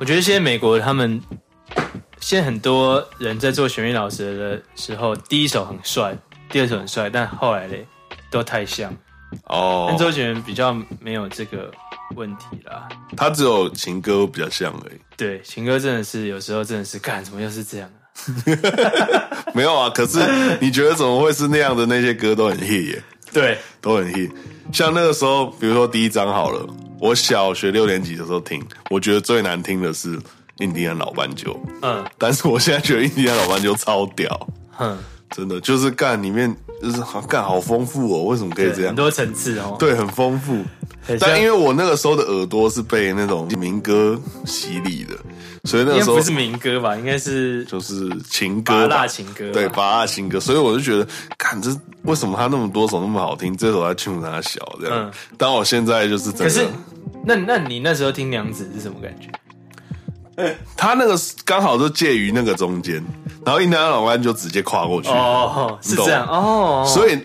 S1: 我觉得现在美国他们现在很多人在做弦乐老师的时候，第一首很帅，第二首很帅，但后来嘞都太像。但
S2: 哦，
S1: 周杰伦比较没有这个问题啦。
S2: 他只有情歌比较像而已，
S1: 对，情歌真的是有时候真的是干，怎么又是这样啊？
S2: 没有啊。可是你觉得怎么会是那样的？那些歌都很 hit 耶，
S1: 对，
S2: 都很 hit。像那个时候，比如说第一张好了，我小学六年级的时候听，我觉得最难听的是《印第安老斑鸠》，
S1: 嗯
S2: 但是我现在觉得《印第安老斑鸠》超屌，
S1: 哼，
S2: 真的就是干里面就是好干好丰富哦，为什么可以
S1: 对，
S2: 这样
S1: 很？多层次哦。
S2: 对，很丰富。
S1: 很像
S2: 但因为我那个时候的耳朵是被那种民歌洗礼的，所以那
S1: 应
S2: 个
S1: 该
S2: 时候
S1: 不是民歌吧？应该是
S2: 就是情
S1: 拔
S2: 歌吧，
S1: 辣情歌吧。
S2: 对，拔辣情歌。所以我就觉得，看这为什么他那么多首那么好听，这首他去他小这样
S1: 嗯。
S2: 但我现在就是
S1: 可
S2: 真
S1: 是
S2: 的，
S1: 那那你那时候听娘子是什么感觉？
S2: 他那个刚好就介于那个中间，然后印第安老湾就直接跨过去，
S1: 哦，是这样哦。
S2: 所以。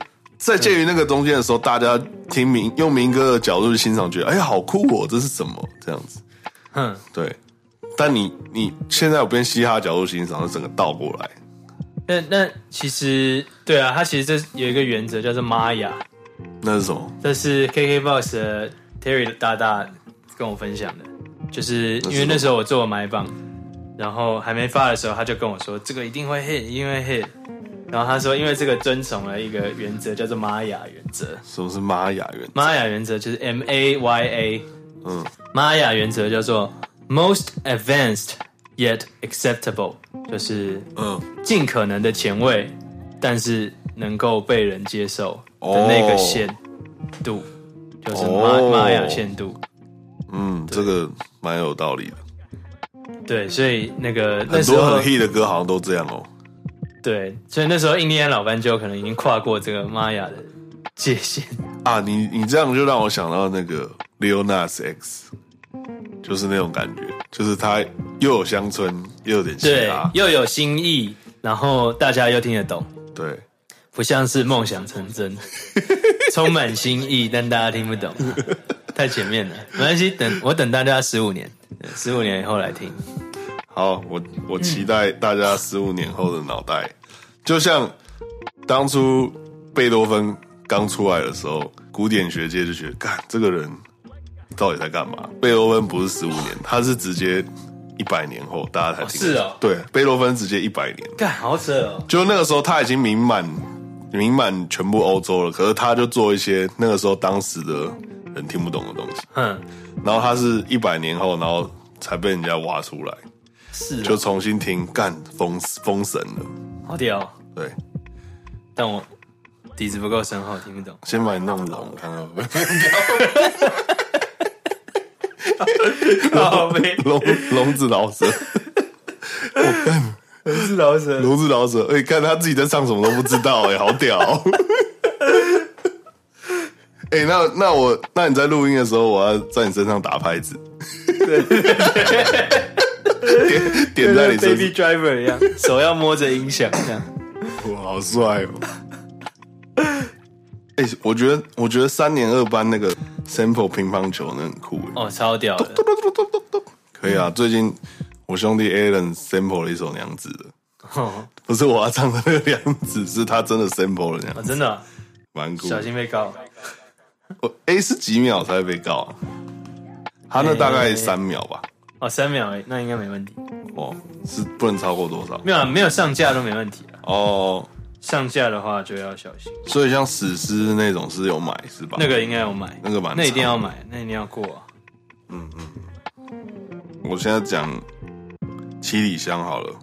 S2: 在介于那个中间的时候，大家听民用民歌的角度去欣赏，觉得哎呀好酷哦，这是什么这样子？
S1: 哼，
S2: 对，但你你现在有变嘻哈角度欣赏，是整个倒过来。
S1: 那那其实对啊，它其实这有一个原则叫做玛雅，
S2: 那是什么？
S1: 这是 KKBOX 的 Terry 大大跟我分享的，就是因为那时候我做了买榜，然后还没发的时候，他就跟我说这个一定会 hit，一定会 hit。然后他说，因为这个遵从了一个原则，叫做玛雅原则。
S2: 什么是玛雅原？
S1: 玛雅原则就是 M A Y A，
S2: 嗯，
S1: 玛雅原则叫做 most advanced yet acceptable，就是
S2: 嗯，
S1: 尽可能的前卫，但是能够被人接受的那个限度，就是玛
S2: 哦
S1: 玛雅限度。
S2: 嗯，这个蛮有道理的。
S1: 对，所以那个那
S2: 很
S1: 时
S2: 多
S1: 候
S2: 很 hit 的歌好像都这样哦。
S1: 对，所以那时候印第安老斑鸠可能已经跨过这个玛雅的界限。
S2: 啊，你你这样就让我想到那个 Lil Nas X，就是那种感觉，就是他又有乡村，又有点嘻
S1: 对
S2: 哈，，
S1: 又有新意，然后大家又听得懂，
S2: 对，
S1: 不像是梦想成 (laughs) 真，充满新意，但大家听不懂、啊太前面了，没关系，等我等大家十五年，十五年以后来听。
S2: 好，我我期待大家十五年后的脑袋，就像当初贝多芬刚出来的时候，古典学界就觉得，干这个人到底在干嘛？贝多芬不是十五年，他是直接一百年后大家才听得
S1: 是
S2: 懂、
S1: 哦
S2: 对，贝多芬直接一百年，
S1: 干，好扯哦！
S2: 就那个时候他已经名满名满全部欧洲了，可是他就做一些那个时候当时的人听不懂的东西，
S1: 嗯，
S2: 然后他是一百年后，然后才被人家挖出来。
S1: 是
S2: 就
S1: 哦，
S2: 重新听干封封神了。
S1: 好屌哦、
S2: 对，
S1: 但我底子不够深厚，听不懂。
S2: 先把你弄聋，看看会不 (laughs) 会
S1: (laughs) 靠背，
S2: 聋聋子老舌，
S1: 是老神。
S2: 聋子老舌。哎、看他自己在唱什么都不知道、哎，好屌、 (laughs) 哎、那那我那你在录音的时候，我要在你身上打拍子，点点在你身
S1: Baby Driver 一样， (laughs) 手要摸着音响这样。
S2: 上，哇，好帅哦！哎、我觉得我觉得三年二班那个 sample 乒乓球那很酷哎、
S1: 哦，超屌的。
S2: 可以啊，最近我兄弟 Alan sample 了一首娘子的，
S1: 哦，
S2: 不是我要唱的那个娘子，是他真的 sample 了娘
S1: 哦
S2: 子，
S1: 真的哦，
S2: 蛮酷的。
S1: 小心被告。
S2: 我 A 是几秒才会被告啊？他那大概
S1: 诶
S2: 三秒吧，
S1: 哦，三秒而已，那应该没问题。
S2: 哦，是不能超过多少
S1: 没有啊没有上架都没问题啊。
S2: 哦。
S1: 上架的话就要小心，
S2: 所以像史诗那种是有买是吧？
S1: 那个应该要买，
S2: 那个蛮
S1: 那一定
S2: 长
S1: 要买，那一定要过啊。
S2: 我现在讲七里香好了，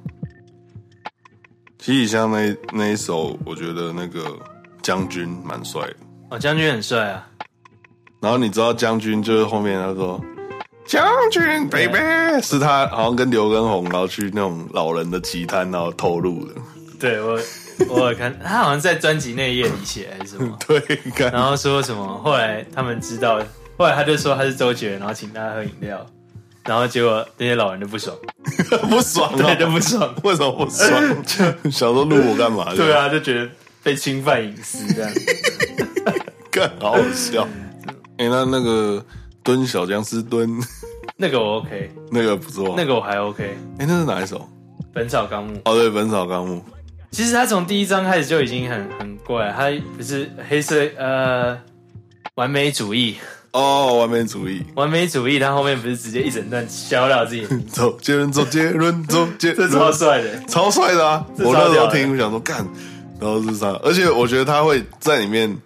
S2: 七里香那那一首，我觉得那个将军蛮帅的。
S1: 哦，将军很帅啊，
S2: 然后你知道将军就是后面他说将军 baby
S1: 啊
S2: 是他好像跟刘根红，然后去那种老人的集摊，然后透露的。 (laughs)
S1: 对我， (laughs) 我有看他好像在专辑内页里写还是什么。
S2: 对，干
S1: 然后说什么？后来他们知道，后来他就说他是周杰伦，然后请大家喝饮料，然后结果那些老人就不爽，
S2: (laughs) 不爽
S1: 对，就
S2: 啊！
S1: 不爽，
S2: (laughs) 为什么不爽？想说录我干 (laughs)
S1: (laughs)
S2: 嘛？
S1: 对，啊，就觉得被侵犯隐私这样。
S2: (laughs) 干好好笑。哎、那那个蹲小僵尸蹲， (laughs)
S1: 那个我 OK，
S2: 那个不错。
S1: 那个
S2: 个
S1: 我还 OK，
S2: 哎，那是哪一首？
S1: 《本草纲目》。
S2: 哦，对，《本草纲目》。
S1: 其实他从第一章开始就已经很很怪，他不是黑色呃完美主义，
S2: 哦，完美主义。
S1: 完美主义，他后面不是直接一整段削掉自己的名字，
S2: 走，杰伦，走，杰伦，走，杰
S1: 这
S2: 伦，
S1: 超帅的。
S2: 超帅的啊！
S1: 这超
S2: 我那时
S1: 屌
S2: 候
S1: 的
S2: 听，我想说干，然后是啥？而且我觉得他会在里面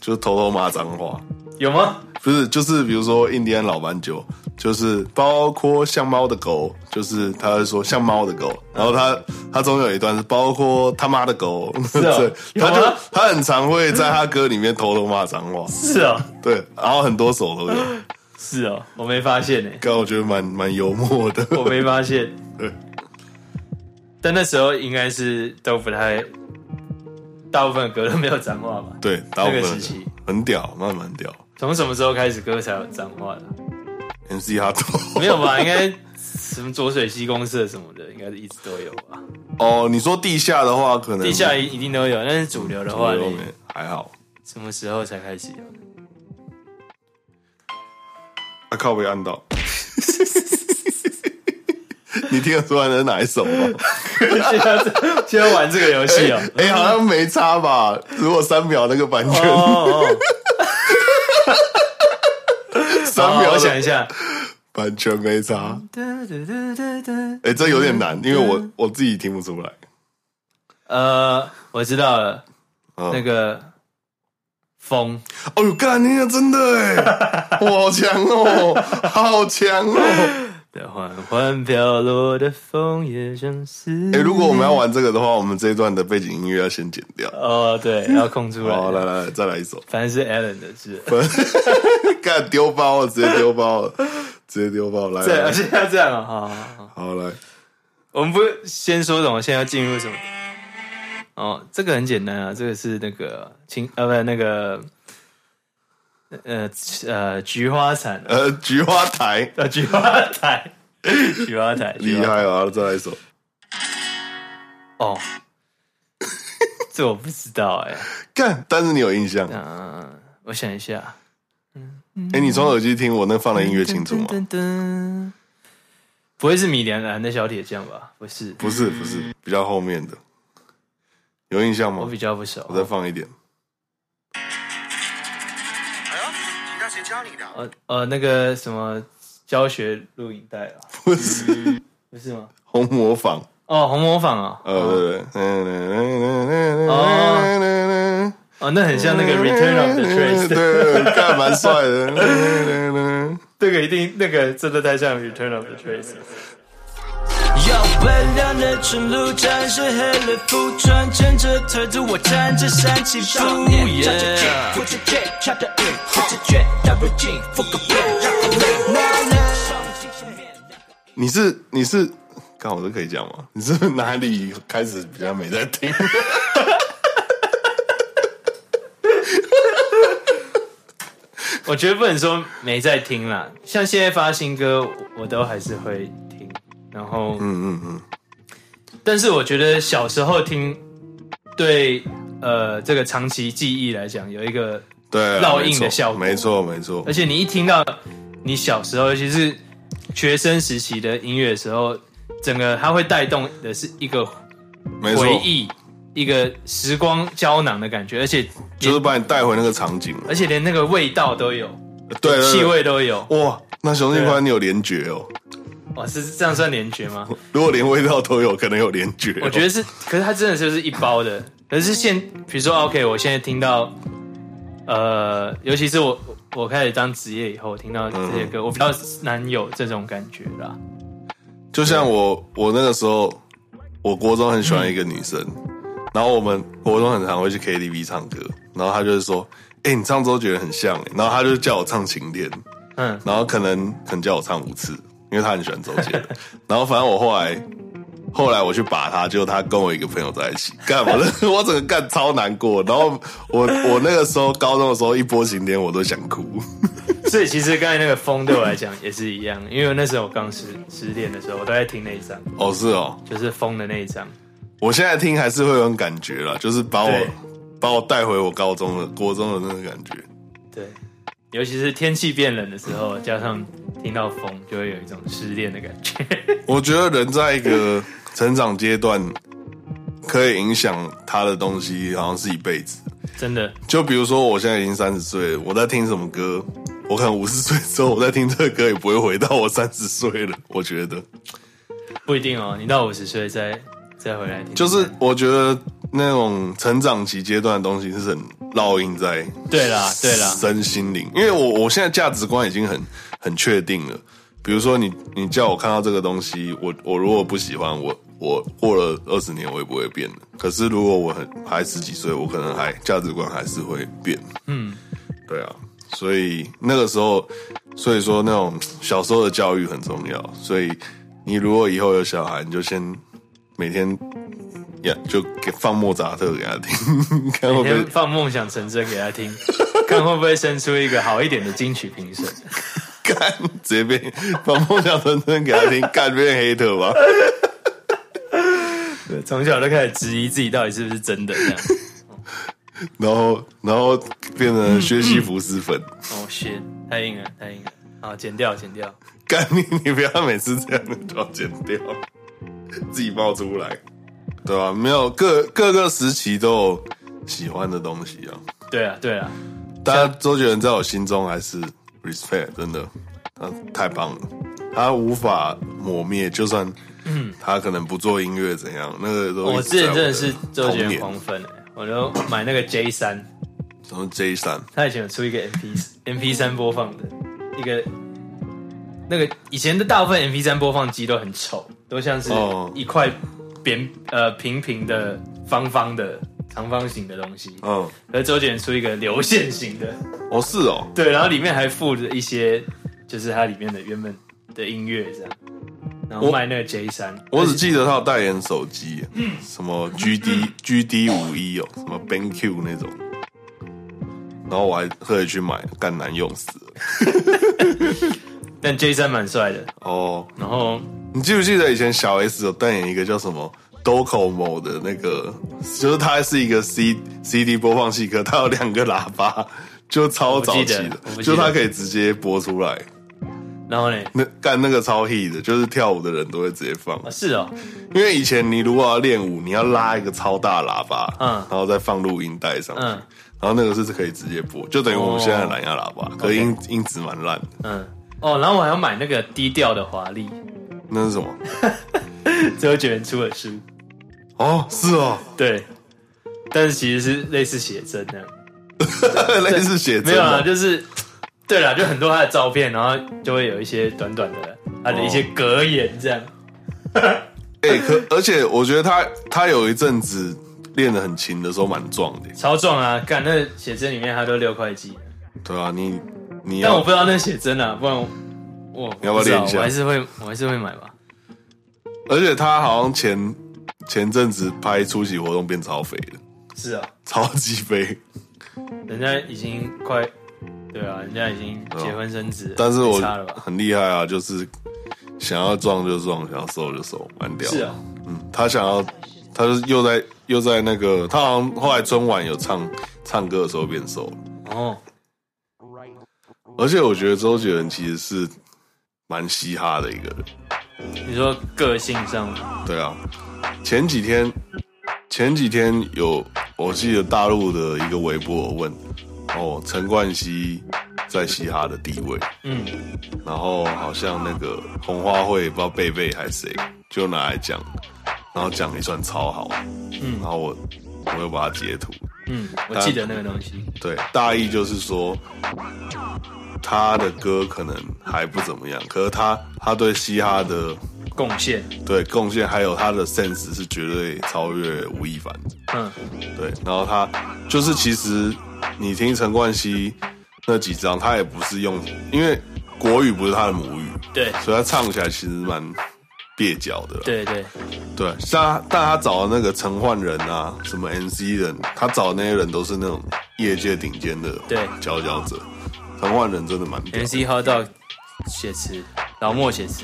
S2: 就偷偷骂脏话，
S1: 有吗？
S2: 不是，就是比如说印第安老斑鸠，就是包括像猫的狗，就是他会说像猫的狗，然后他他中间有一段是包括他妈的狗，
S1: 哦
S2: (laughs) 对，他
S1: 有
S2: 就
S1: 吗
S2: 他很常会在他歌里面偷偷骂脏话，
S1: 是哦，
S2: 对，然后很多
S1: (laughs)
S2: 首都有，
S1: 是哦，我没发现呢、
S2: 刚我觉得蛮蛮幽默的，
S1: 我没发现
S2: 对。
S1: 但那时候应该是都不太，大部分歌都没有脏话吧？
S2: (laughs) 对，大
S1: 那
S2: 部分
S1: 个时期
S2: 很屌，慢慢屌
S1: 从什么时候开始歌才有脏话的？
S2: ，MC 哈头
S1: 没有吧？应该什么浊水溪公社什么的，应该是一直都有吧？
S2: (laughs) 哦，你说地下的话，可能
S1: 地下一定都有，但是主流的话，
S2: 我
S1: 你
S2: 没还好。
S1: 什么时候才开始有 (laughs) 的？
S2: 啊靠，被按到。 (laughs) 你听得出来那是哪一首吗？
S1: 现在现在玩这个游戏哦。
S2: (laughs) 哎、好像没差吧？如果三秒那个版权，
S1: 哦
S2: (laughs) 三
S1: 哦，
S2: 秒
S1: 我
S2: 的
S1: 想一下，
S2: 版权没差。哎、这有点
S1: 嗯
S2: 难，因为我我自己听不出来。
S1: (laughs) 呃，我知道了，
S2: 嗯
S1: 那个风，
S2: 哦呦，干你啊，真的
S1: (laughs)
S2: 哎，哇，好强哦，好强哦！
S1: 在缓缓飘落的枫叶像是。
S2: 哎、如果我们要玩这个的话，我们这一段的背景音乐要先剪掉。
S1: 哦，对，要空出
S2: 好，
S1: 来，
S2: 来来来，再来一首。 (laughs)
S1: 反正是 Allen 的事。
S2: 干丢包了，直接丢包了，直接丢包了。
S1: 对，
S2: 来
S1: 而
S2: 来，
S1: 且要这样啊，好好好，
S2: 好来，
S1: 我们不先说什么，现在要进入什么？哦，这个很简单啊，这个是那个青呃，不是那个呃呃菊花伞，
S2: 呃，菊花台
S1: 呃 (laughs) 菊花台， (laughs) 菊花台，
S2: 厉
S1: 菊花
S2: 害啊！再来一首，
S1: 哦， (laughs) 这我不知道哎、
S2: 干，但是你有印象？
S1: 嗯、呃，我想一下，
S2: 哎，你从耳机听我那放的音乐清楚吗？
S1: 噔噔噔不会是米兰兰的小铁匠吧？不是，
S2: 不是，不是，比较后面的，有印象
S1: 我
S2: 吗
S1: 比？较不熟。
S2: 我再放一点。
S4: 哎呀，你让谁教你的？
S1: 呃呃，那个什么教学录影带啊，
S2: 不是
S1: 不是吗？
S2: 红模仿，
S1: 哦，红模仿啊、哦，
S2: 呃，对对对，
S1: 哦哦，那很像那个 Return of the Trace，的
S2: 对，干蛮帅的。
S1: 这个一定那个真的太像 Return of the Trace 了。
S5: 要悲凉的纯露，沾上黑了肤，穿牵着腿子，我站着三起步。Yeah
S2: 你是你是，看我这可以讲吗？你是不是哪里开始比较没在听？
S1: 我觉得不能说没在听啦，像现在发新歌，我我都还是会听。然后，嗯嗯嗯。但是我觉得小时候听，对呃这个长期记忆来讲，有一个，
S2: 对，
S1: 烙印的效果
S2: 没错，没错。
S1: 而且你一听到你小时候，尤其是学生时期的音乐的时候，整个它会带动的是一个
S2: 没错
S1: 回，忆，一个时光胶囊的感觉，而且
S2: 就
S1: 连
S2: 是把你带回那个场景。
S1: 而且连那个味道都有，
S2: (laughs) 对，对
S1: 气。味都有。
S2: 对哇，那雄性
S1: 对啊
S2: 宽你有联觉哦。
S1: 哇，是这样算联觉吗？
S2: 如果连味道都有，可能有联觉哦。
S1: 我觉得是，可是它真的就是一包的。可是现，比如说，OK，我现在听到，呃，尤其是我我开始当职业以后，听到这些歌，我比较难有这种感觉啦。
S2: 就像我，我那个时候，我国中很喜欢一个女生，然后我们国中很常会去 KTV 唱歌，然后她就是说：“哎、你唱周杰伦很像。”欸然后她就叫我唱《情恋》，
S1: 嗯，
S2: 然后可能可能叫我唱五次，因为他很喜欢周杰伦。 (laughs) 然后反正我后来后来我去把他，就他跟我一个朋友在一起，干嘛呢？ (laughs) 我整个干超难过。然后我我那个时候高中的时候，一播晴天我都想哭。
S1: (laughs) 所以其实刚才那个风对我来讲也是一样，因为那时候我刚失失恋的时候，我都在听那一张，
S2: 哦，是哦，
S1: 就是风的那一张。
S2: 我现在听还是会有种感觉啦，就是把我
S1: 对
S2: 把我带回我高中的国中的那个感觉。
S1: 对，尤其是天气变冷的时候，加上听到风，就会有一种失恋的感觉。 (laughs)
S2: 我觉得人在一个成长阶段，可以影响他的东西，好像是一辈子。
S1: 真的，
S2: 就比如说，我现在已经三十岁了，我在听什么歌，我可能五十岁之后，我在听这个歌也不会回到我三十岁了。我觉得，
S1: 不一定哦。你到五十岁再再回来听，
S2: 就是我觉得那种成长期阶段的东西是很烙印在
S1: 对啦，对啦，
S2: 身心灵，因为我我现在价值观已经很很确定了。比如说你，你叫我看到这个东西，我我如果不喜欢，我我过了二十年我也不会变的。可是如果我很还十几岁，我可能还价值观还是会变。嗯，对啊，所以那个时候，所以说那种小时候的教育很重要。所以你如果以后有小孩，你就先每天呀就给放莫扎特给他听， (laughs) 看
S1: 每
S2: 会不会
S1: 天放梦想成真给他听， (laughs) 看会不会生出一个好一点的金曲评审。
S2: 干，直接被把梦想成真给他听，干变黑特吧。
S1: (laughs) 对从小就开始质疑自己到底是不是真的 (laughs) 这样。
S2: 然后，然后变成学习服饰粉。
S1: 哦、shit，太硬了，太硬了。好，剪掉，剪掉。
S2: 干你，你不要每次这样的都要剪掉，自己爆出来，对吧、没有各各个时期都有喜欢的东西啊。
S1: 对啊，对啊，
S2: 大家周杰伦在我心中还是 respect，真的，他太棒了，他无法磨灭，就算。他可能不做音乐怎样？那个都
S1: 我哦
S2: 一直
S1: 之前
S2: 在
S1: 真的
S2: 的
S1: 是周杰
S2: 童
S1: 伦
S2: 年
S1: 狂粉、欸，我都买那个 J 三，
S2: 什么 J 三，
S1: 他以前有出一个 MP MP 三播放的一个那个以前的大部分 MP 三播放机都很丑，都像是
S2: 哦
S1: 一块扁呃平平的方方的长方形的东西。
S2: 嗯，
S1: 而周杰伦出一个流线型的，
S2: 哦是哦，
S1: 对，然后里面还附着一些就是它里面的原本的音乐这样，然后
S2: 我
S1: 卖那个 J 三，
S2: 我只记得他有代言手机，
S1: 嗯
S2: 什么 GD GD 五一哦，什么 BenQ 那种，然后我还特意去买，干难用死了。
S1: 但 J 三蛮帅的。
S2: 哦，
S1: 然后
S2: 你记不记得以前小 S 有代言一个叫什么 Docomo 的那个，就是它是一个 C CD 播放器，可它有两个喇叭，就超早期
S1: 我不记得我不
S2: 的，
S1: 记得
S2: 就它可以直接播出来。
S1: 然后呢？
S2: 那干那个超 hit 的，就是跳舞的人都会直接放
S1: 啊，。是哦，
S2: 因为以前你如果要练舞，你要拉一个超大喇叭，
S1: 嗯
S2: 然后再放录音带上去，
S1: 嗯哦
S2: 然后那个是可以直接播，就等于我们现在的蓝牙喇叭，可是音音质蛮烂的。
S1: 嗯，哦，然后我还要买那个低调的华丽，
S2: 那是什么？
S1: 周杰伦出的书，
S2: 哦，是哦， (laughs)
S1: 对，但是其实是类似写真那样，
S2: 类似写
S1: 没
S2: 真
S1: 有啊
S2: 吗
S1: 啦，就是对啦，就很多他的照片，然后就会有一些短短的他的一
S2: 哦
S1: 些格言这样，
S2: (laughs) 哎、可而且我觉得他他有一阵子练得很勤的时候蛮壮的，
S1: 超壮啊！干那写真里面他都六块肌，
S2: 对啊，你你
S1: 但我
S2: 要
S1: 不知道那写真啊，不然我我
S2: 你要不要
S1: 知道
S2: 练一下
S1: 我还是会我还是会买吧。
S2: 而且他好像前前阵子拍出席活动变超肥了，
S1: 是啊，
S2: 超级肥。
S1: 人家已经快对啊，人家已经结婚生子了，
S2: 但是
S1: 没
S2: 我
S1: 差了吧？
S2: 很厉害啊，就是想要壮就壮，想要瘦就瘦，蛮屌。
S1: 是啊，，
S2: 嗯，他想要，他就是又在又在那个，他好像后来春晚有唱唱歌的时候变瘦了。
S1: 哦，
S2: 而且我觉得周杰伦其实是蛮嘻哈的一个人，
S1: 你说个性上
S2: 对啊。前几天前几天有，我记得大陆的一个微博有问，哦，陈冠希在嘻哈的地位，
S1: 嗯，
S2: 然后好像那个红花会不知道贝贝还是谁，就拿来讲，然后讲了一串超好，嗯，然后我我又把它截图，
S1: 嗯，我记得那个东西，
S2: 对，大意就是说，他的歌可能还不怎么样，可是他他对嘻哈的
S1: 贡献，
S2: 对贡献，还有他的 sense 是绝对超越吴亦凡的。
S1: 嗯，
S2: 对，然后他就是其实你听陈冠希那几张，他也不是用，因为国语不是他的母语，
S1: 对
S2: 所以他唱起来其实蛮蹩脚的啦。
S1: 对对，
S2: 对，像他但他找的那个陈奂仁啊，什么 NC 人，他找的那些人都是那种业界顶尖的
S1: 对
S2: 佼佼者。陈奂仁真的蛮屌
S1: 原 C Hot Dog 写词，老莫写词，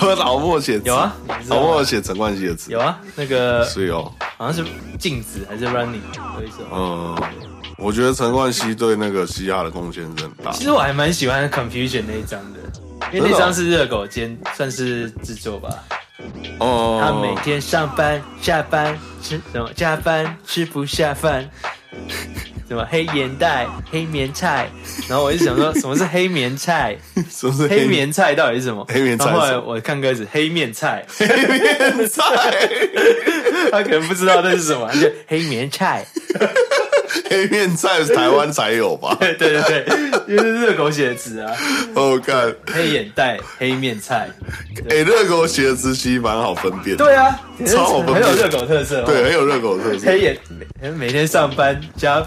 S2: 的， (laughs) 老莫写词
S1: 有啊你知道
S2: 老
S1: 吗
S2: 莫写陈冠希的词
S1: 有，啊，那个
S2: 所以哦，
S1: 好像是镜子还是 Running 有一首，
S2: 嗯，我觉得陈冠希对那个嘻哈的贡献是很大的。
S1: 其实我还蛮喜欢 Confusion 那一张的，因为
S2: 真的
S1: 那
S2: 哦
S1: 张是热狗间算是制作吧。
S2: 哦，
S1: 他每天上班、下班吃什么？加班吃不下饭， (laughs) 什么黑盐袋、黑棉菜？然后我就想说，什么是黑棉
S2: (laughs)
S1: 菜？
S2: 是不是
S1: 黑棉菜到底是什么？
S2: 黑棉菜
S1: 然后后
S2: 是
S1: 来
S2: 什么
S1: 我看歌词，黑面菜，
S2: (laughs) 黑面菜？
S1: 他可能不知道那是
S2: (laughs)
S1: 什么，他就黑棉菜。
S2: 黑面菜是台湾才有吧？
S1: (laughs) 对对对，就是热狗写的词啊，
S2: 哦，看，
S1: 黑眼袋、黑面菜。
S2: 哎，热狗写的词其实蛮好分辨的，
S1: 对啊，
S2: 超好分
S1: 很
S2: 辨
S1: 有热狗特色、哦。
S2: 对，很有热狗特色
S1: 黑。眼每每天上班加，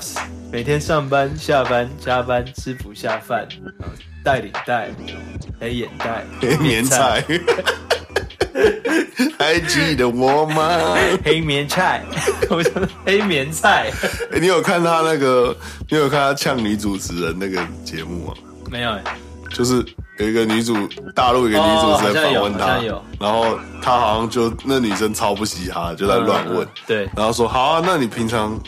S1: 每天上班下班加班吃不下饭，然后带领带，黑眼袋，
S2: 黑棉菜，
S1: (laughs)
S2: 还记得我吗？
S1: 黑棉菜， (laughs) 我想说黑棉菜
S2: 欸你有看他那个？你有看他呛女主持人那个节目吗？
S1: 没有、欸，
S2: 就是有一个女主，大陆有一个女主持人访问
S1: 哦好像有好
S2: 他
S1: 像有，
S2: 然后他好像就那女生超不嘻哈，就在乱问
S1: 嗯嗯嗯，对
S2: 然后说好啊，那你平常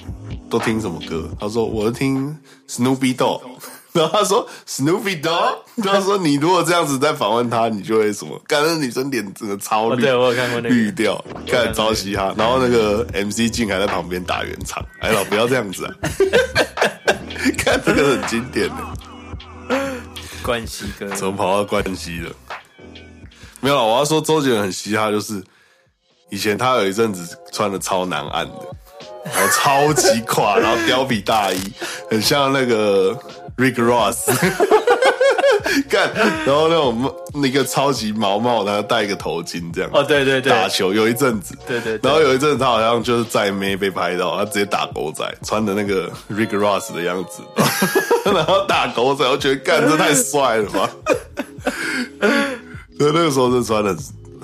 S2: 都听什么歌？他说我都听 Snoopy Dog，然后 (laughs) 他说 Snoopy Dog，他说你如果这样子在访问他，你就会什么？干那女生脸整个超
S1: 哦
S2: 绿，
S1: 对我有看过那个
S2: 绿掉，
S1: 那
S2: 干
S1: 个
S2: 超嘻哈。然后那个 MC 静还在旁边打圆场，哎老不要这样子啊， (laughs) 看这个很经典的。
S1: 冠希哥，
S2: 怎么跑到关西了？没有啦，啊我要说周杰伦很嘻哈，就是以前他有一阵子穿的超难按的，然后超级垮，然后貂皮大衣， (laughs) 很像那个 Rick Ross。干，然后那种那个超级毛毛的，然后戴一个头巾这样。
S1: 哦对对对
S2: 打球有一阵子，
S1: 对对对
S2: 然后有一阵子他好像就是在妹被拍到，他直接打狗仔，穿的那个 Rick Ross 的样子， (laughs) 然后打狗仔，我觉得干这太帅了吧。 (laughs) 所以那个时候是穿的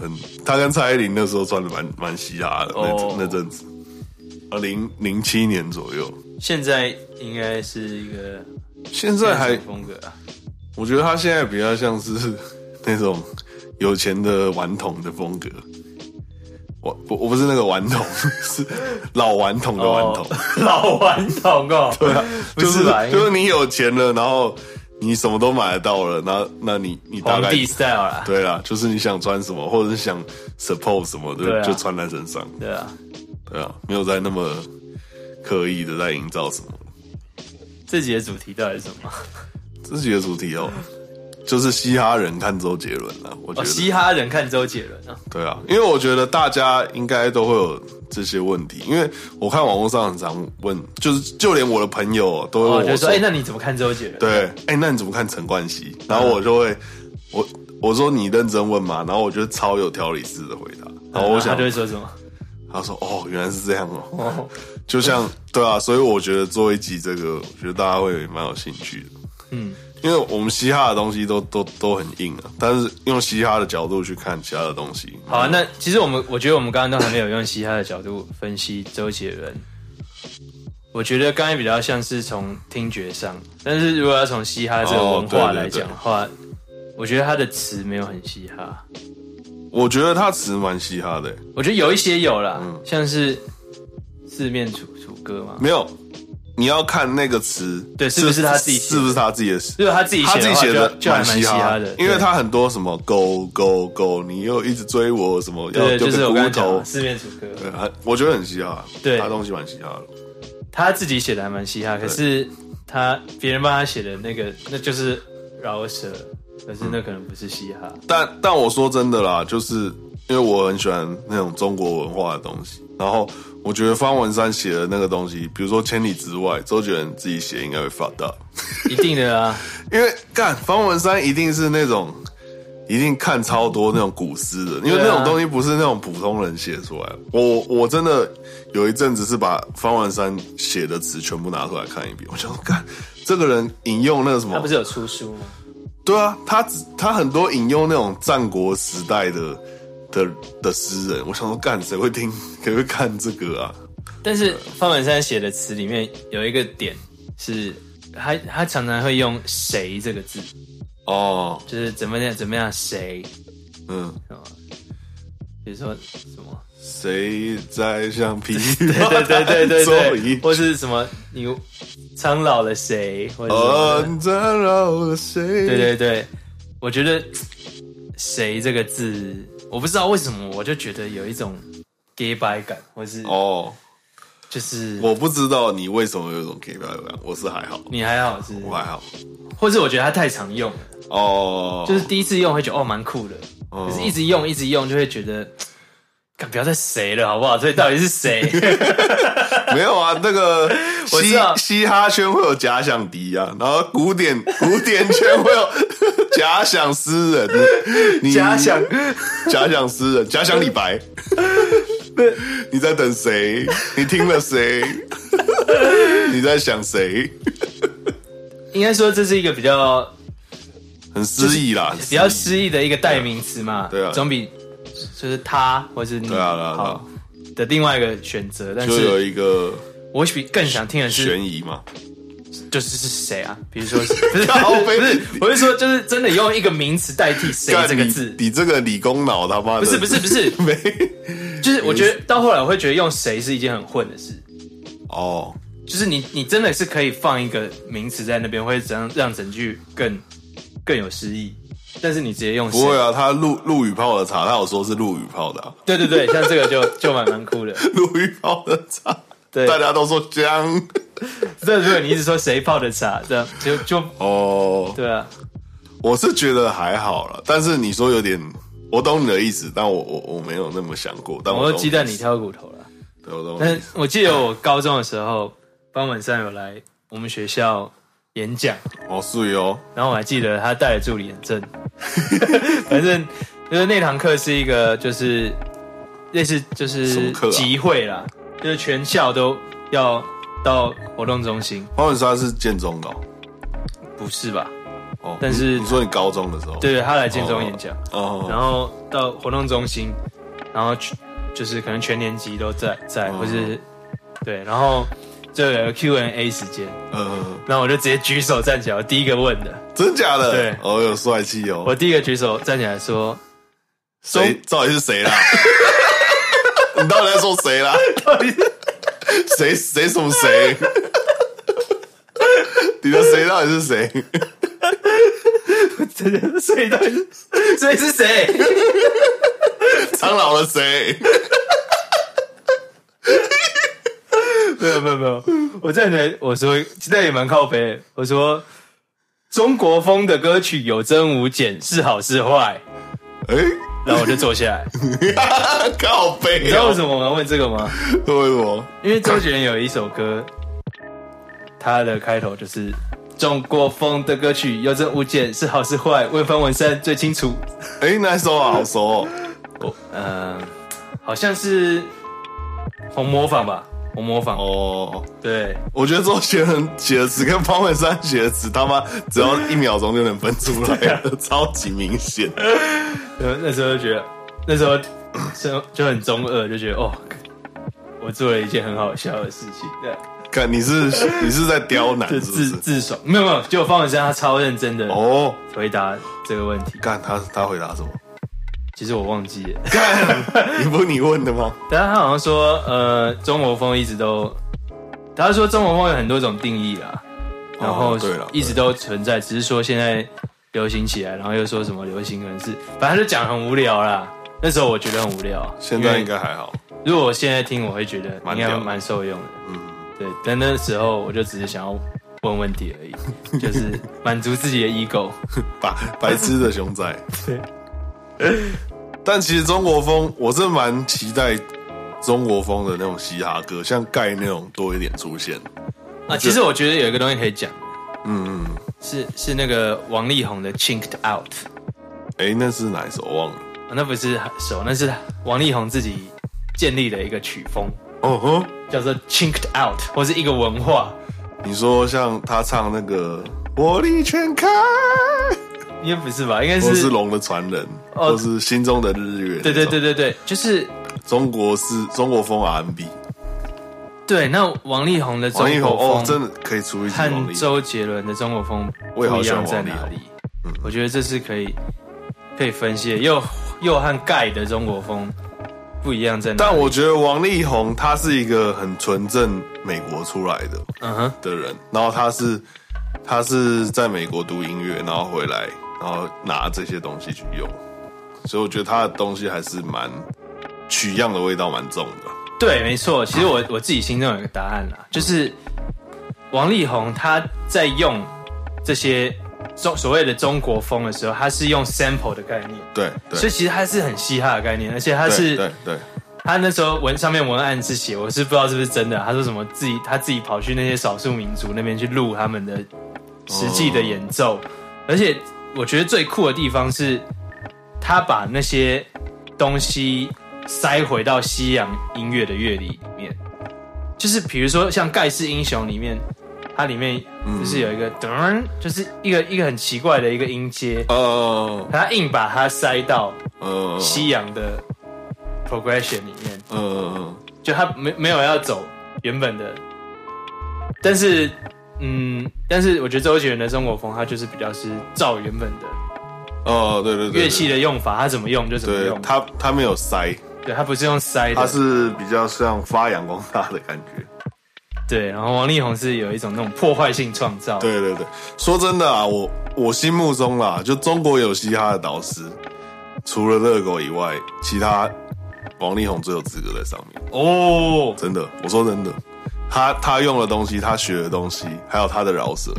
S2: 很，他跟蔡依林那时候穿的蛮蛮嘻哈的、
S1: 哦
S2: 那那阵子，啊零零七年左右，
S1: 现在应该是一个
S2: 现在还
S1: 风格啊，
S2: 我觉得他现在比较像是 (laughs) 那种有钱的顽童的风格。我我我不是那个顽童， (laughs) 是老顽童的顽童。
S1: 哦， (laughs) 老顽童哦，对啊，不
S2: (laughs) 就是
S1: 是吧？
S2: 就是你有钱了，然后你什么都买得到了，那那你你大
S1: 皇
S2: 概
S1: 帝 style 啊啦，
S2: 对啦，就是你想穿什么，或者是想 support 什么，
S1: 对
S2: 就
S1: 啊
S2: 就穿在身上。
S1: 对啊，
S2: 对啊，没有在那么刻意的在营造什么。
S1: 这集的主题到底是什么？
S2: 自己的主题哦，就是嘻哈人看周杰伦啊，我觉
S1: 哦，
S2: 得、
S1: 嘻哈人看周杰伦啊，
S2: 对啊，因为我觉得大家应该都会有这些问题，因为我看网络上很常问，就是就连我的朋友都会问
S1: 哦，
S2: 我
S1: 就说
S2: 说，
S1: 哎，那你怎么看周杰伦？
S2: 对，哎、那你怎么看陈冠希？然后我就会，我我说你认真问嘛，然后我就超有条理式的回答，然后我想
S1: 他就，会说什么？
S2: 他说哦，原来是这样哦，
S1: 哦，
S2: 就像对啊，所以我觉得做一集这个，我觉得大家会蛮有兴趣的，
S1: 嗯，
S2: 因为我们嘻哈的东西都都都很硬啊，但是用嘻哈的角度去看其他的东西，
S1: 好啊，那其实我们我觉得我们刚刚都还没有用嘻哈的角度分析周杰伦。我觉得刚才比较像是从听觉上，但是如果要从嘻哈这个文化
S2: 哦对对对
S1: 来讲的话，我觉得他的词没有很嘻哈。
S2: 我觉得他词蛮嘻哈的、欸
S1: 我觉得有一些有啦，
S2: 嗯
S1: 像是四面楚楚歌嘛，
S2: 没有，你要看那个词，
S1: 对是不是他自己写的
S2: 是不是他自己的词？
S1: 如果他自己
S2: 他
S1: 写
S2: 自
S1: 的
S2: 己
S1: 话
S2: 写
S1: 就，
S2: 的
S1: 就还蛮
S2: 嘻
S1: 嘻哈的，
S2: 因为
S1: 对
S2: 他很多什么 go go go，你又一直追我，什么要
S1: 对对，
S2: 丢
S1: 就是
S2: 个
S1: 我刚
S2: 骨
S1: 才讲
S2: 头
S1: 的，四面楚歌，
S2: 对还我觉得很嘻哈，
S1: 对
S2: 他东西蛮嘻哈的，
S1: 他自己写的还蛮嘻哈，可是他别人帮他写的那个，那就是饶舌，可是那可能不是嘻哈。
S2: 但但我说真的啦，就是因为我很喜欢那种中国文化的东西，然后我觉得方文山写的那个东西，比如说《千里之外》，周杰伦自己写应该会发到，
S1: 一定的
S2: (laughs)
S1: 啊，
S2: 因为干方文山一定是那种。一定看超多那种古诗的，因为
S1: 对啊
S2: 那种东西不是那种普通人写出来的。我我真的有一阵子是把方文山写的词全部拿出来看一遍，我想说干这个人引用那个什么
S1: 啊他不是有出书吗？
S2: 对啊，他只他很多引用那种战国时代的的的诗人，我想说，干谁会听，谁会看这个啊？
S1: 但是方文山写的词里面有一个点是，他他常常会用“谁”这个字，
S2: 哦，
S1: 就是怎么样怎么样谁，
S2: 嗯，
S1: 什么哦比如说什
S2: (laughs)
S1: 么，
S2: 谁在橡皮
S1: (laughs) 对对对对
S2: 所
S1: 对，
S2: 以
S1: 或是什么你苍老了谁，或者什么
S2: 呃
S1: 的，
S2: 打扰了谁？
S1: 对 (laughs) 对对，我觉得“谁”这个字，我不知道为什么，我就觉得有一种 gay 白感，或是
S2: 哦，
S1: 就是
S2: 我不知道你为什么有一种 gay 表感，我是还好，
S1: 你还好是不是，
S2: 我还好。
S1: 或是我觉得它太常用了，
S2: 哦，
S1: 就是第一次用会觉得哦蛮酷的，
S2: 哦
S1: 可是一直用一直用就会觉得，干不要再谁了好不好？所以到底是
S2: (laughs)
S1: 谁？
S2: 没有啊，那个
S1: (laughs) 我
S2: 嘻
S1: 知道
S2: 嘻哈圈会有假想敌啊，然后
S1: (laughs)
S2: 古典古典圈会有 (laughs) 假想诗人，你
S1: 假想
S2: 假想诗人，假想李白，你在等谁？你听
S1: (laughs)
S2: 了谁？你在想谁？
S1: (laughs) 应该说这是一个比较
S2: 很诗意啦，
S1: 比较
S2: 很诗意
S1: 诗意的一个代名词嘛，
S2: 对啊
S1: 总比就是他或是你
S2: 对啊对啊对啊
S1: 好的另外一个选择。但
S2: 就有
S1: 是
S2: 一个
S1: 我比更想听的是
S2: 悬疑嘛。
S1: 就是是谁啊？比如说
S2: (laughs)
S1: 是不是
S2: 靠
S1: 不
S2: 背
S1: 是，我是说就是真的用一个名词代替“谁”
S2: 干
S1: 这个
S2: 你
S1: 字，
S2: 你这个理工脑他妈的
S1: 不是不是不是，
S2: (laughs) 没
S1: 就是我觉得到后来我会觉得用“谁”是一件很混的事。
S2: 哦，
S1: 就是你，你真的是可以放一个名词在那边，会怎样让整句更更有诗意？但是你直接用
S2: 不会
S1: 谁
S2: 啊，他陆陆羽泡的茶，他有说是陆羽泡的、啊。
S1: 对对对，像这个就就蛮蛮酷的。
S2: 鲈鱼泡的茶，
S1: 对
S2: 大家都说姜
S1: 这如果你一直说谁泡的茶，这样就就
S2: 哦，
S1: 对啊，
S2: 我是觉得还好了，但是你说有点，我懂你的意思，但我我我没有那么想过，但我
S1: 我
S2: 懂
S1: 都鸡蛋里，挑骨头了。
S2: 对，我懂你的
S1: 但
S2: 意思。
S1: 我记得我高中的时候，方文山有来我们学校演讲，
S2: 哦，是哦，
S1: 然后我还记得他带了助理很正， (laughs) 反正就是那堂课是一个就是类似就
S2: 什
S1: 是
S2: 么课啊
S1: 集会啦，就是全校都要到活动中心，
S2: 方文山是建中的哦，
S1: 不是吧？
S2: 哦
S1: 但是
S2: 你你说你高中的时候，
S1: 对，他来建中演讲，然
S2: 哦，
S1: 后到活动中心，然后去就是可能全年级都在在，
S2: 哦
S1: 或是对，然后就有个 Q&A 时间，
S2: 呃，
S1: 然后我就直接举手站起来，我第一个问的，
S2: 真假的，
S1: 对
S2: 哦，有帅气哦
S1: 我，第一个举手站起来说。 (laughs)
S2: 谁到底是谁 (laughs) 啦？你到底在说谁啦？到底谁谁什么谁？你的谁到底是谁？
S1: 真的，所以到底是，所以是谁？
S2: 苍老了谁？
S1: 没有没有没有，我站起来我说，那也蛮靠北。我说，中国风的歌曲有增无减，是好是坏。
S2: 哎、
S1: 然后我就坐下 (laughs) 来，
S2: (laughs) 靠
S1: 你
S2: 背、
S1: 知道为
S2: 哦，
S1: 什么我要问这个吗？
S2: 为什么？
S1: 因为周杰伦有一首歌，他的开头就是中国风的歌曲有增无减，是好是坏，问方文山最清楚。
S2: 哎、那首啊，好熟 (laughs) 哦。
S1: 我嗯、呃，好像是红模仿吧，红模仿。
S2: 哦，
S1: 对，
S2: 我觉得周杰伦写的词跟方文山写的词，他妈只要一秒钟就能分出来了，超级明显。
S1: 呃，那时候就觉得，那时候 (coughs) 就就很中二，就觉得哦，我做了一件很好笑的事情，对，
S2: 看你是你是在刁难
S1: 就是
S2: 不
S1: 自
S2: (laughs) 是？
S1: 自爽。没有没有，就方文山他超认真的
S2: 哦，
S1: 回答这个问题，
S2: 干他他回答什么？
S1: 其实我忘记了，
S2: (laughs) 干，你不是你问的吗？
S1: 但他好像说，呃，中国风一直都，他说中国风有很多种定义啦，然后
S2: 哦对了
S1: 一直都存在，只是说现在流行起来，然后又说什么流行可能是，反正他就讲很无聊啦。那时候我觉得很无聊，
S2: 现
S1: 因
S2: 在
S1: 为
S2: 应该还好。
S1: 如果我现在听，我会觉得
S2: 蛮
S1: 应
S2: 屌
S1: 该
S2: 的
S1: 蛮受用的。嗯，对。但那时候我就只是想要问问题而
S2: (laughs)
S1: 已，就是满足自己的 ego。
S2: 白白痴的熊仔。对。但其实中国风，我是蛮期待中国风的那种嘻哈歌，像盖那种多一点出现。
S1: 啊，其实我觉得有一个东西可以讲，嗯嗯，是是那个王力宏的《Chinked Out》
S2: 哎、那是哪一首？我忘了。
S1: 啊，那不是手，那是王力宏自己建立的一个曲风，
S2: 哦哼，
S1: 叫做 Chinked Out，或是一个文化。
S2: 你说像他唱那个《火力全开》，
S1: 应该不是吧？应该
S2: 或
S1: 是
S2: 是《龙的传人》
S1: 哦
S2: 或是《心中的日月》。
S1: 对对对，对对，就是
S2: 中国是中国风 R&B。
S1: 对。那王力宏的中
S2: 王力宏
S1: 国
S2: 哦，
S1: 风
S2: 真的可以出一集王
S1: 和
S2: 力宏。
S1: 周杰伦的中国风不
S2: 我也好
S1: 一
S2: 喜欢
S1: 样在
S2: 王力
S1: 哪
S2: 宏嗯
S1: 里？我觉得这是可以可以分析的，又又和盖的中国风不一样在哪里？
S2: 但我觉得王力宏他是一个很纯正美国出来的
S1: 嗯哼，
S2: 的人，然后他是他是在美国读音乐，然后回来，然后拿这些东西去用，所以我觉得他的东西还是蛮取样的味道蛮重的。
S1: 对，没错。其实我我自己心中有一个答案啦，就是王力宏他在用这些中所谓的中国风的时候，他是用 sample 的概念，
S2: 对对，
S1: 所以其实他是很嘻哈的概念，而且他
S2: 对
S1: 是
S2: 对对
S1: 他那时候文上面文案是写，我是不知道是不是真的。他说什么自己他自己跑去那些少数民族那边去录他们的实际的演奏，哦而且我觉得最酷的地方是，他把那些东西塞回到西洋音乐的乐理里面，就是比如说像《盖世英雄》里面，它里面就是有一个噔、就是一个一个很奇怪的一个音阶，
S2: 呃
S1: 他硬把它塞到
S2: 呃
S1: 西洋的 progression 里面。
S2: 呃
S1: 就他没没有要走原本的，但是嗯，但是我觉得周杰伦的中国风，他就是比较是照原本的
S2: 呃，对对对，对
S1: 乐器的用法，他怎么用就怎么
S2: 对
S1: 用。
S2: 他他没有塞，
S1: 对他不是用塞的，
S2: 他是比较像发扬光大的感觉。
S1: 对。然后王力宏是有一种那种破坏性创造，
S2: 对对对，说真的啊，我我心目中啦，就中国有嘻哈的导师，除了热狗以外，其他王力宏最有资格在上面。
S1: 哦，
S2: 真的，我说真的，他他用的东西，他学的东西，还有他的饶舌，